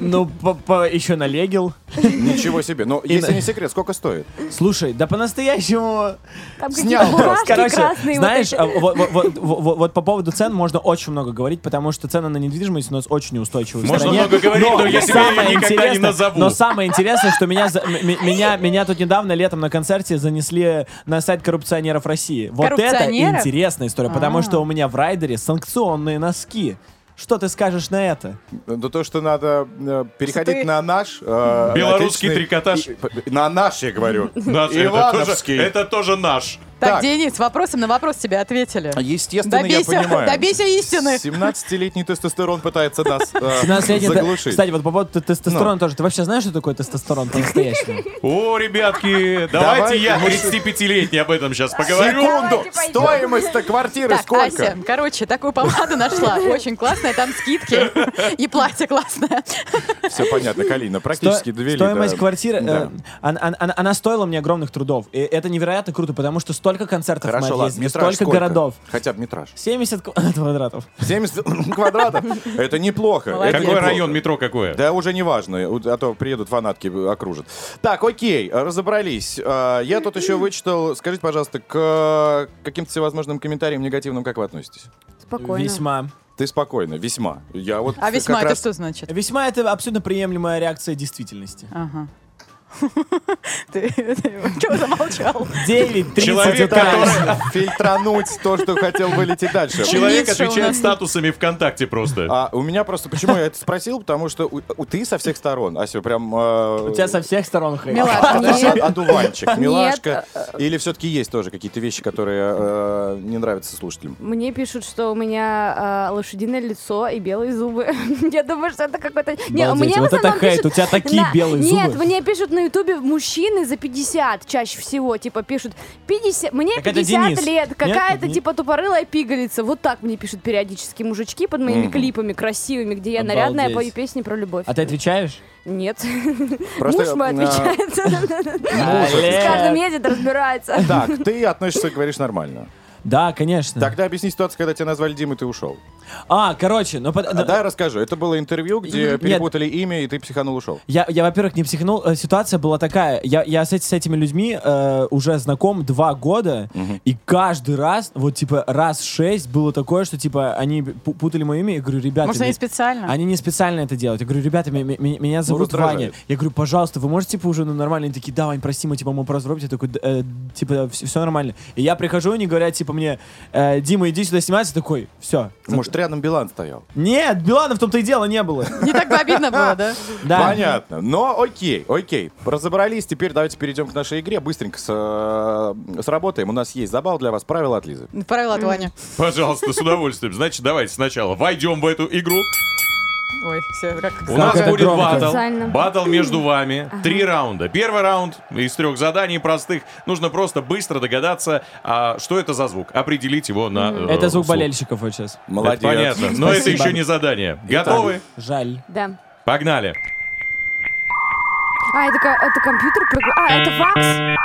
Speaker 13: Ну, по- по- еще налегил.
Speaker 2: Ничего себе. Но если не секрет, сколько стоит?
Speaker 13: Слушай, да по-настоящему...
Speaker 7: Там
Speaker 2: Снял
Speaker 7: какие-то бумажки красные.
Speaker 13: Короче,
Speaker 7: вот
Speaker 13: знаешь,
Speaker 7: эти.
Speaker 13: а, вот, вот- вот- вот- вот- вот по поводу цен можно очень много говорить, потому что цены на недвижимость у нас очень неустойчивы. в
Speaker 4: Можно
Speaker 13: стране.
Speaker 4: много говорить, но я себя
Speaker 13: самое
Speaker 4: никогда не
Speaker 13: интересное-
Speaker 4: назову.
Speaker 13: Но самое интересное, что меня, за- м- м- меня, меня тут недавно летом на концерте занесли на сайт коррупционеров России. Вот это
Speaker 3: Коррупционеров?
Speaker 13: интересная история,
Speaker 7: А.
Speaker 13: потому что у меня в райдере санкционные носки. Что ты скажешь на это?
Speaker 2: Да то, что надо э, переходить
Speaker 14: Ты-
Speaker 2: на наш... э,
Speaker 4: Белорусский
Speaker 2: отечественный-
Speaker 4: трикотаж.
Speaker 2: и- п- На наш, я говорю.
Speaker 4: Наш, это, тоже,
Speaker 2: Ивановский.
Speaker 4: это тоже наш.
Speaker 2: Так.
Speaker 3: Так, Денис, вопросом на вопрос тебе ответили.
Speaker 2: А Естественно, я
Speaker 3: Добейся-
Speaker 2: понимаю.
Speaker 3: добейся истины.
Speaker 2: 17-летний тестостерон пытается нас э,
Speaker 13: 17-летний те-
Speaker 2: заглушить. Ну.
Speaker 13: Кстати, вот по поводу те- тестостерона тоже. Ты вообще знаешь, что такое тестостерон по-настоящему?
Speaker 4: О, ребятки, давайте я 35-летний об этом сейчас поговорю.
Speaker 2: Секунду!
Speaker 7: Давайте пойдем.
Speaker 2: Стоимость-то квартиры
Speaker 3: Так,
Speaker 2: сколько?
Speaker 3: Ася, короче, такую помаду нашла, очень классная, там скидки и платье классное.
Speaker 2: Все понятно, Калина, практически
Speaker 13: Сто-
Speaker 2: довели.
Speaker 13: Стоимость
Speaker 2: до-
Speaker 13: квартиры, э,
Speaker 2: Да.
Speaker 13: она, она- она- она стоила мне огромных трудов. И это невероятно круто, потому что столько концертов мы
Speaker 2: Хорошо, ладно,
Speaker 13: отъездили,
Speaker 2: метраж
Speaker 13: столько
Speaker 2: сколько?
Speaker 13: городов.
Speaker 2: Хотя бы метраж.
Speaker 13: 70 кв- квадратов.
Speaker 2: 70 квадратов?
Speaker 3: А
Speaker 2: Это неплохо. это
Speaker 4: Какой
Speaker 2: неплохо.
Speaker 4: район метро какое?
Speaker 2: Да уже не важно, у- а то приедут фанатки, окружат. Так, окей, разобрались. А, Я тут еще вычитал, скажите, пожалуйста, к э, каким-то всевозможным комментариям негативным как вы относитесь?
Speaker 7: Спокойно.
Speaker 13: Весьма.
Speaker 2: Ты спокойно, весьма. Я вот
Speaker 3: А
Speaker 2: как
Speaker 3: весьма это
Speaker 2: раз-
Speaker 3: что значит?
Speaker 13: Весьма это абсолютно приемлемая реакция действительности.
Speaker 3: Ага. Ты ты чего замолчал?
Speaker 13: 9, 30
Speaker 4: Человек,
Speaker 13: это-
Speaker 2: Пытаюсь фильтрануть то, что хотел вылететь дальше.
Speaker 4: Человек
Speaker 3: Ницше у
Speaker 4: отвечает
Speaker 3: нас.
Speaker 4: статусами ВКонтакте просто.
Speaker 2: А у меня просто, почему я это спросил, потому что у, у- ты со всех сторон, Ася, прям... э,
Speaker 13: У тебя со всех сторон хейт.
Speaker 3: Милашка, ну
Speaker 2: Од-
Speaker 3: нет. э,
Speaker 2: Одуванчик,
Speaker 7: Нет.
Speaker 2: милашка. Или все-таки есть тоже какие-то вещи, которые э, не нравятся слушателям?
Speaker 7: Мне пишут, что у меня э, лошадиное лицо и белые зубы. Я думаю, что это какой-то... Не,
Speaker 13: Обалдеть,
Speaker 7: мне в
Speaker 13: вот это
Speaker 7: основном
Speaker 13: хейт,
Speaker 7: пишут-
Speaker 13: у тебя такие
Speaker 7: Да,
Speaker 13: белые
Speaker 7: Нет,
Speaker 13: зубы.
Speaker 7: мне пишут на ютубе мужчины за 50 чаще всего. Типа пишут 50... Мне
Speaker 13: Так это
Speaker 7: 50
Speaker 13: Денис.
Speaker 7: лет,
Speaker 13: Нет,
Speaker 7: какая-то
Speaker 13: не-
Speaker 7: типа тупорылая пигалица. Вот так мне пишут периодически мужички под моими клипами красивыми, где я нарядная,
Speaker 13: Обалдеть.
Speaker 7: пою песни про любовь.
Speaker 13: А ты отвечаешь?
Speaker 7: Нет.
Speaker 2: Просто,
Speaker 7: Муж мой
Speaker 2: э,
Speaker 7: отвечает. С каждым
Speaker 13: Блядь.
Speaker 7: едет, разбирается.
Speaker 2: Так, ты относишься, говоришь, нормально.
Speaker 13: Да, конечно.
Speaker 2: Тогда объясни ситуацию, когда тебя назвали Дима, и ты ушел.
Speaker 13: А, короче, ну... под-
Speaker 2: А, да, я расскажу. Это было интервью, где
Speaker 13: Нет.
Speaker 2: перепутали имя, и ты психанул, ушел.
Speaker 13: Я, я во-первых, не психанул. Э, Ситуация была такая. Я, я с, эти- с этими людьми э, уже знаком два года, и каждый раз, вот типа раз шесть было такое, что типа они пу- путали мое имя. Я говорю, ребята...
Speaker 3: Может, они
Speaker 13: мне-
Speaker 3: специально?
Speaker 13: Они не специально это делают. Я говорю, ребята, ме- ме- ме- меня зовут
Speaker 2: раздражает.
Speaker 13: Ваня. Я говорю, пожалуйста, вы можете, типа, уже ну, нормально? Они такие, да, Вань, прости, мы, типа, мы просто робите. Я такой, «Д- э, типа, все, нормально. И я прихожу, они говорят, типа, мне, «Э, Дима, иди сюда сниматься. Я такой, все.
Speaker 2: Может, рядом Билан стоял.
Speaker 13: Нет, Билана в том-то и дело не было.
Speaker 3: Не так бы обидно было, да?
Speaker 2: Понятно. Но окей, окей. Разобрались. Теперь давайте перейдем к нашей игре. Быстренько с, э, сработаем. У нас есть забал для вас. Правила от Лизы.
Speaker 3: Ну, Правила от Вани.
Speaker 4: Пожалуйста, с удовольствием. Значит, давайте сначала войдем в эту игру.
Speaker 3: Ой, все как...
Speaker 4: У нас
Speaker 3: как
Speaker 4: будет
Speaker 3: громко.
Speaker 4: батл.
Speaker 3: Специально.
Speaker 4: Батл между вами. Три раунда. Первый раунд из трех заданий простых. Нужно просто быстро догадаться, а, что это за звук. Определить его на... э,
Speaker 13: Это звук болельщиков вот сейчас.
Speaker 4: Это понятно. Но это
Speaker 13: Спасибо.
Speaker 4: еще не задание. Готовы?
Speaker 13: Жаль.
Speaker 7: Да.
Speaker 4: Погнали.
Speaker 7: А, это, ко- это компьютер? прогу- А, это факс?
Speaker 13: Э,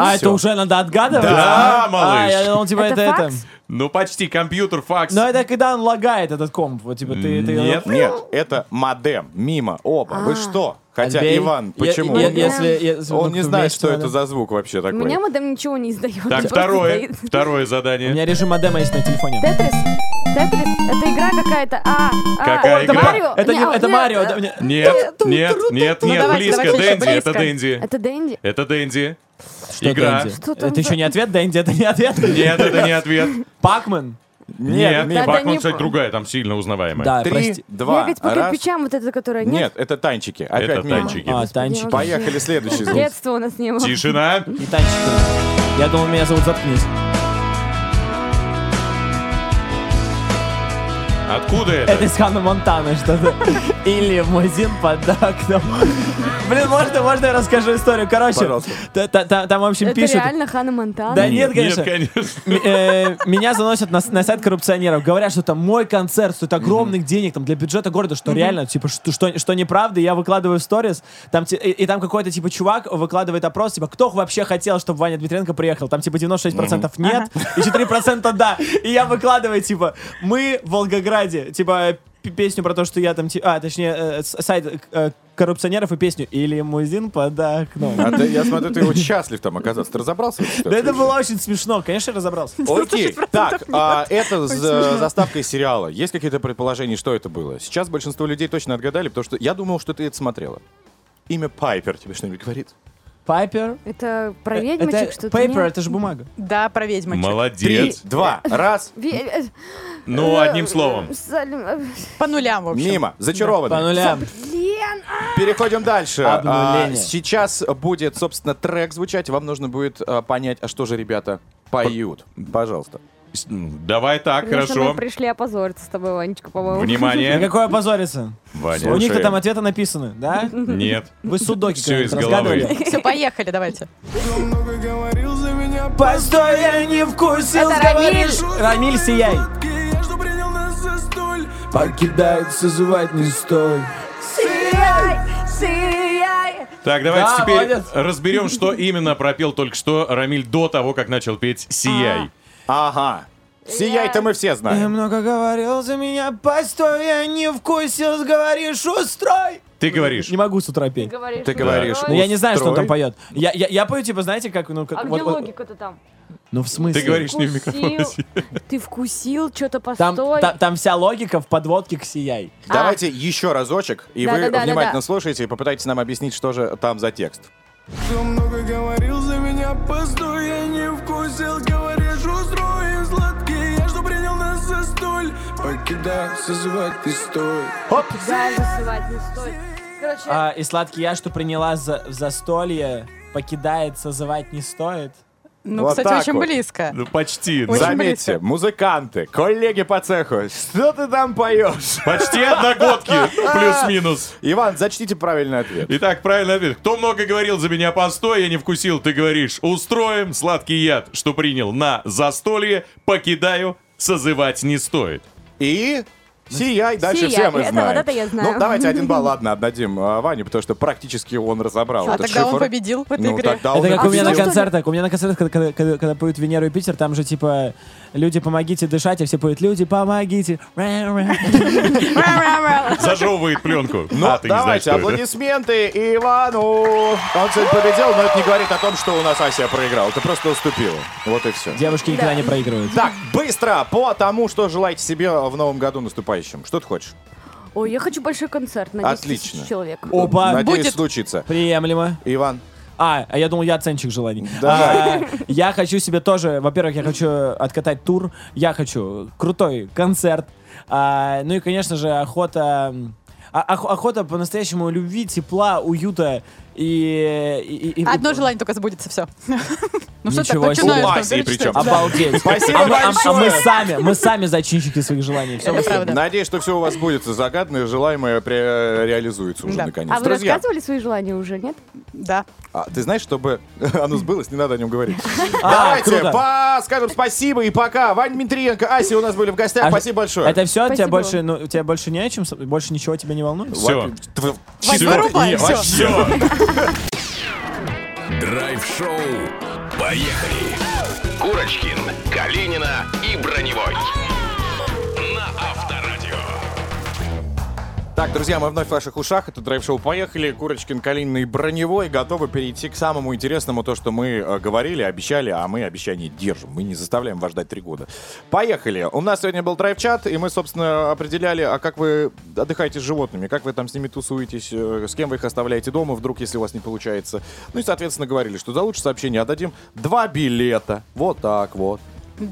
Speaker 13: А,
Speaker 4: Всё.
Speaker 13: это уже надо отгадывать?
Speaker 4: Да,
Speaker 13: А,
Speaker 4: малыш.
Speaker 13: я думал, типа, это это.
Speaker 4: Ну, почти компьютер, факс.
Speaker 13: Но это когда он лагает, этот комп. Вот, типа, ты... ты-
Speaker 2: Нет, нет, это модем. Мимо, оба. Вы что? Хотя,
Speaker 13: Альбей?
Speaker 2: Иван,
Speaker 13: Я-
Speaker 2: почему?
Speaker 13: я- ну,
Speaker 2: он-
Speaker 13: если- если
Speaker 2: А. он
Speaker 13: кнопку
Speaker 2: не знает,
Speaker 13: вместе
Speaker 2: что
Speaker 13: надо.
Speaker 2: это за звук вообще
Speaker 7: У меня
Speaker 2: такой.
Speaker 7: модем ничего не издает.
Speaker 4: Так,
Speaker 7: просто
Speaker 4: второе.
Speaker 7: стоит.
Speaker 4: Второе задание.
Speaker 13: У меня режим модема есть на телефоне.
Speaker 7: Тетрис. Тетрис. Это игра какая-то. А, а,
Speaker 4: Какая
Speaker 7: Ой,
Speaker 4: игра?
Speaker 7: Марио?
Speaker 13: Это не-
Speaker 7: а,
Speaker 13: это
Speaker 7: нет,
Speaker 13: Марио,
Speaker 7: э,
Speaker 13: да, мне-
Speaker 4: Нет, нет, нет,
Speaker 7: Ну,
Speaker 4: нет,
Speaker 7: давайте,
Speaker 4: близко.
Speaker 7: давайте,
Speaker 4: Дэнди, это
Speaker 7: близко.
Speaker 4: Дэнди.
Speaker 7: Это Дэнди?
Speaker 4: Это Дэнди. Игра.
Speaker 13: Дэнди?
Speaker 7: Что там
Speaker 13: Это
Speaker 7: за-
Speaker 13: еще не ответ, Дэнди, это не ответ.
Speaker 4: Нет, это не ответ.
Speaker 13: Пакмен.
Speaker 4: Нет,
Speaker 7: Да, да,
Speaker 4: Бакман,
Speaker 7: не-
Speaker 4: кстати, другая, там сильно узнаваемая.
Speaker 13: Да,
Speaker 2: Три,
Speaker 13: прости.
Speaker 2: два,
Speaker 7: Бегать по
Speaker 2: раз.
Speaker 7: кирпичам вот это, которое нет.
Speaker 2: Нет, это танчики. Опять
Speaker 4: Это
Speaker 2: мимо.
Speaker 4: танчики.
Speaker 13: А, танчики.
Speaker 2: Поехали, следующий звук.
Speaker 7: Детства у нас не было.
Speaker 4: Тишина.
Speaker 13: И танчики. Я думал, меня зовут Заткнись.
Speaker 4: Откуда
Speaker 13: Это
Speaker 4: это?
Speaker 13: из Ханны Монтаны что-то. Или магазин под окном. Блин, можно, можно я расскажу историю? Короче,
Speaker 2: Пожалуйста.
Speaker 13: та- та- та- там, в общем,
Speaker 7: Это
Speaker 13: пишут.
Speaker 7: реально Хана Монтана.
Speaker 13: Да нет,
Speaker 4: ну, Нет,
Speaker 13: конечно.
Speaker 4: конечно.
Speaker 13: М- э, Меня заносят на, с- на сайт коррупционеров. Говорят, что там мой концерт стоит огромных денег там, для бюджета города, что реально, типа, что, что, что неправда, я выкладываю в сторис, там, те- и, и там какой-то, типа, чувак выкладывает опрос, типа, кто вообще хотел, чтобы Ваня Дмитренко приехал? Там, типа, 96% нет, и 4% да. И я выкладываю, типа, мы в Волгограде, типа, п- песню про то, что я там, ти- а, точнее, э, с- сайт э, коррупционеров и песню «И лимузин под окном».
Speaker 2: А ты, я смотрю, ты вот счастлив там оказаться. Ты разобрался? в этой
Speaker 13: Да
Speaker 2: ситуации?
Speaker 13: это было очень смешно, конечно, я разобрался.
Speaker 2: Окей, так, а, это за- заставка из сериала. Есть какие-то предположения, что это было? Сейчас большинство людей точно отгадали, потому что я думал, что ты это смотрела. Имя Пайпер тебе что-нибудь говорит?
Speaker 13: Пайпер,
Speaker 7: Это про
Speaker 13: Э,
Speaker 7: ведьмочек
Speaker 13: это
Speaker 7: что-то.
Speaker 13: Paper,
Speaker 7: нет?
Speaker 13: это же бумага.
Speaker 3: Да, про ведьмочек.
Speaker 2: Три,
Speaker 4: Молодец.
Speaker 2: два, раз,
Speaker 7: Ве- э, э,
Speaker 4: Ну, одним словом.
Speaker 7: Салим, э,
Speaker 3: По нулям, в общем.
Speaker 2: мимо, зачарованы.
Speaker 13: По нулям.
Speaker 7: Лен, а,
Speaker 2: Переходим дальше.
Speaker 13: Обнуление.
Speaker 2: А, сейчас будет, собственно, трек звучать. Вам нужно будет а, понять, а что же ребята поют. Пожалуйста.
Speaker 4: С- м, Давай так,
Speaker 7: конечно, мы
Speaker 4: хорошо.
Speaker 7: пришли опозориться с тобой, Ванечка, по-моему.
Speaker 13: На
Speaker 4: Внимание.
Speaker 13: какое позориться?
Speaker 4: Ваня.
Speaker 13: У них-то
Speaker 2: Слушай.
Speaker 13: там ответы написаны, да?
Speaker 4: Нет.
Speaker 13: Вы судоки
Speaker 4: Всё из
Speaker 13: конечно,
Speaker 4: головы.
Speaker 13: разгадывали.
Speaker 3: Все, поехали, давайте.
Speaker 13: Постой, я не вкусил,
Speaker 7: Это Рамиль.
Speaker 13: говоришь. Рамиль, сияй. Покидает, созывать не стой.
Speaker 7: Сияй, сияй.
Speaker 4: Так, давайте
Speaker 13: Да,
Speaker 4: теперь
Speaker 13: молодец.
Speaker 4: разберем, что именно пропел только что Рамиль до того, как начал петь «Сияй».
Speaker 2: А. Ага. Сияй-то мы все
Speaker 13: Ты
Speaker 2: знаем.
Speaker 13: много говорил за меня, постой, я не вкусил, говоришь, устрой.
Speaker 4: Ты говоришь.
Speaker 13: Не могу с утра петь.
Speaker 7: Говоришь, Ну,
Speaker 2: Ты говоришь,
Speaker 13: Но я не знаю, что он там
Speaker 2: Устрой.
Speaker 13: поет. Я, я, я пою, типа, знаете, как, ну, как...
Speaker 7: А где
Speaker 13: вот- вот-
Speaker 7: логика-то там?
Speaker 13: Ну, в смысле?
Speaker 4: Ты говоришь не в микрофон.
Speaker 7: Вкусил. Ты вкусил, что-то
Speaker 13: Там,
Speaker 7: постой.
Speaker 13: та- там вся логика в подводке к сияй.
Speaker 2: А. Давайте еще разочек, и
Speaker 7: Да,
Speaker 2: вы
Speaker 7: да, да, да,
Speaker 2: внимательно
Speaker 7: да.
Speaker 2: слушаете и попытайтесь нам объяснить, что же там за текст.
Speaker 7: Да, засывать не стоит. Короче,
Speaker 13: А, и сладкий я, что приняла за в застолье, покидает, созывать не стоит.
Speaker 3: Ну,
Speaker 2: Вот
Speaker 3: кстати,
Speaker 2: так
Speaker 3: очень
Speaker 2: вот.
Speaker 3: близко.
Speaker 4: Ну, почти.
Speaker 3: Очень
Speaker 4: да.
Speaker 2: Заметьте,
Speaker 3: близко.
Speaker 2: музыканты, коллеги по цеху, что ты там поешь?
Speaker 4: Почти одногодки, плюс-минус.
Speaker 2: Иван, зачтите правильный ответ.
Speaker 4: Итак, правильный ответ. Кто много говорил за меня, постой, я не вкусил, ты говоришь, устроим сладкий яд, что принял на застолье, покидаю, созывать не стоит.
Speaker 2: И сияй, дальше
Speaker 7: Сияй.
Speaker 2: все мы
Speaker 7: Это
Speaker 2: знаем.
Speaker 7: вот это я знаю.
Speaker 2: Ну, давайте один балл, ладно, отдадим а, Ване, потому что практически он разобрал
Speaker 3: А
Speaker 2: этот
Speaker 3: тогда он
Speaker 2: шифр.
Speaker 3: победил в этой
Speaker 2: Ну,
Speaker 3: игре.
Speaker 2: тогда он
Speaker 13: Это
Speaker 2: и
Speaker 13: как у меня на
Speaker 2: победил.
Speaker 13: концертах. У меня на концертах, когда, когда- когда- когда поют Венеру и Питер, там же типа «Люди, помогите дышать», а все поют «Люди, помогите».
Speaker 4: Зажевывает пленку.
Speaker 2: Ну,
Speaker 4: а, ты не знаешь,
Speaker 2: давайте,
Speaker 4: что это.
Speaker 2: аплодисменты Ивану! Он, кстати, победил, но это не говорит о том, что у нас Ася проиграл. Это просто уступила. Вот и все.
Speaker 13: Девушки никогда не проигрывают.
Speaker 2: Так, быстро по тому, что желаете себе в новом году наступающем. Что ты хочешь?
Speaker 7: Ой, я хочу большой концерт на 10 тысяч
Speaker 2: Отлично.
Speaker 7: человек.
Speaker 13: Опа,
Speaker 2: Надеюсь,
Speaker 13: будет
Speaker 2: случится.
Speaker 13: приемлемо.
Speaker 2: Иван,
Speaker 13: А, а я думал, я оценщик желаний.
Speaker 2: Да.
Speaker 13: А, я хочу себе тоже, во-первых, я хочу откатать тур, я хочу крутой концерт, А, ну и, конечно же, охота... а- ох- охота по-настоящему любви, тепла, уюта и... и- и- и-
Speaker 3: Одно желание только сбудется, все. Ну что ты так
Speaker 13: Ничего себе.
Speaker 3: начинаешь? там, перечитать? Да.
Speaker 13: Обалдеть.
Speaker 2: Спасибо
Speaker 13: а, мы- а- а мы
Speaker 2: большое.
Speaker 13: сами, мы сами зачинщики своих желаний. Все
Speaker 2: Надеюсь, что все у вас будет загадное, желаемое пре- реализуется уже
Speaker 7: Да.
Speaker 2: наконец.
Speaker 7: А вы
Speaker 2: Друзья,
Speaker 7: рассказывали свои желания уже, нет?
Speaker 3: Да.
Speaker 2: а ты знаешь, чтобы оно сбылось, не надо о нем говорить. Давайте,
Speaker 13: А, круто.
Speaker 2: по- скажем спасибо и пока. Вань Дмитриенко, Ася у нас были в гостях. Спасибо большое.
Speaker 13: А Это все? Тебя
Speaker 2: Спасибо.
Speaker 13: больше, ну, тебя больше не о чем? с- Больше ничего тебя не волнует?
Speaker 2: Всё.
Speaker 13: Вань,
Speaker 1: Всё.
Speaker 13: вырубай,
Speaker 1: Не,
Speaker 13: всё.
Speaker 1: вообще. Драйв-шоу. Поехали. Курочкин, Калинина и Броневой. На Авторадио.
Speaker 2: Так, друзья, мы вновь в ваших ушах. Это драйв-шоу «Поехали». Курочкин, Калинный и Броневой готовы перейти к самому интересному, то, что мы э, говорили, обещали, а мы обещания держим. Мы не заставляем вас ждать три года. Поехали. У нас сегодня был драйв-чат, и мы, собственно, определяли, а как вы отдыхаете с животными, как вы там с ними тусуетесь, э, с кем вы их оставляете дома, вдруг, если у вас не получается. Ну и, соответственно, говорили, что за лучшее сообщение отдадим два билета. Вот так вот.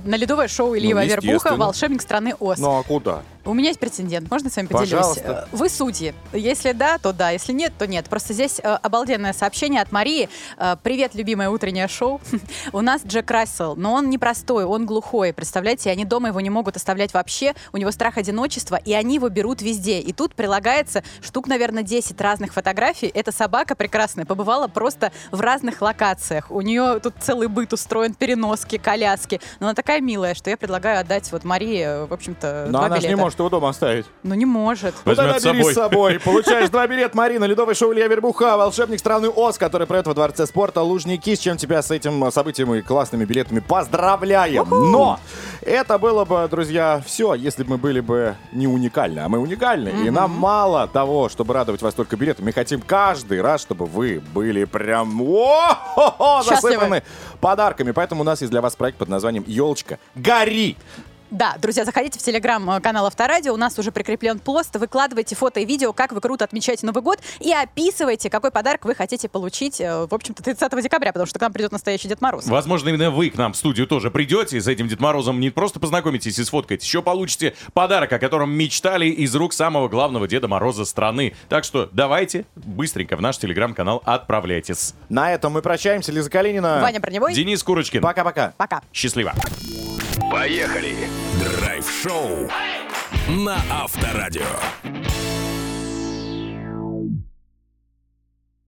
Speaker 3: На ледовое шоу Ильи
Speaker 2: Ну,
Speaker 3: Вербуха
Speaker 2: естественно.
Speaker 3: «Волшебник страны Оз».
Speaker 2: Ну а куда?
Speaker 3: У меня есть претендент, можно я с вами поделюсь?
Speaker 2: Пожалуйста.
Speaker 3: Э, Вы судьи. Если да, то да, если нет, то нет. Просто здесь э, обалденное сообщение от Марии. Э, Привет, любимое утреннее шоу. У нас Джек Рассел, но он непростой, он глухой. Представляете, и они дома его не могут оставлять вообще. У него страх одиночества, и они его берут везде. И тут прилагается штук, наверное, 10 разных фотографий. Эта собака прекрасная побывала просто в разных локациях. У нее тут целый быт устроен, переноски, коляски. Но она такая милая, что я предлагаю отдать вот Марии, э, в общем-то,
Speaker 2: Но
Speaker 3: два
Speaker 2: Ну, она же не
Speaker 3: билета.
Speaker 2: может его дома оставить.
Speaker 3: Ну не может.
Speaker 2: Ну тогда бери с собой. Получаешь два билета, Марина, ледовый шоу Илья Вербуха, волшебник страны Оз, который пройдет во Дворце спорта Лужники. С чем тебя с этим событием и классными билетами поздравляем. Но это было бы, друзья, все, если бы мы были бы не уникальны, а мы уникальны. И нам мало того, чтобы радовать вас только билетами. Мы хотим каждый раз, чтобы вы были прям о-хо-хо,
Speaker 3: Счастливы.
Speaker 2: засыпаны подарками. Поэтому у нас есть для вас проект под названием «Елочка, гори!»
Speaker 3: Да, друзья, заходите в телеграм-канал Авторадио, у нас уже прикреплен пост, выкладывайте фото и видео, как вы круто отмечаете Новый год, и описывайте, какой подарок вы хотите получить, э, в общем-то, 30 декабря, потому что к нам придет настоящий Дед Мороз.
Speaker 4: Возможно, именно вы к нам в студию тоже придете, и с этим Дед Морозом не просто познакомитесь и сфоткаетесь, еще получите подарок, о котором мечтали из рук самого главного Деда Мороза страны. Так что давайте быстренько в наш телеграм-канал отправляйтесь.
Speaker 2: На этом мы прощаемся. Лиза Калинина.
Speaker 3: Ваня Броневой.
Speaker 4: Денис Курочкин.
Speaker 2: Пока-пока.
Speaker 3: Пока.
Speaker 4: Счастливо.
Speaker 1: Поехали. Драйв-шоу на Авторадио.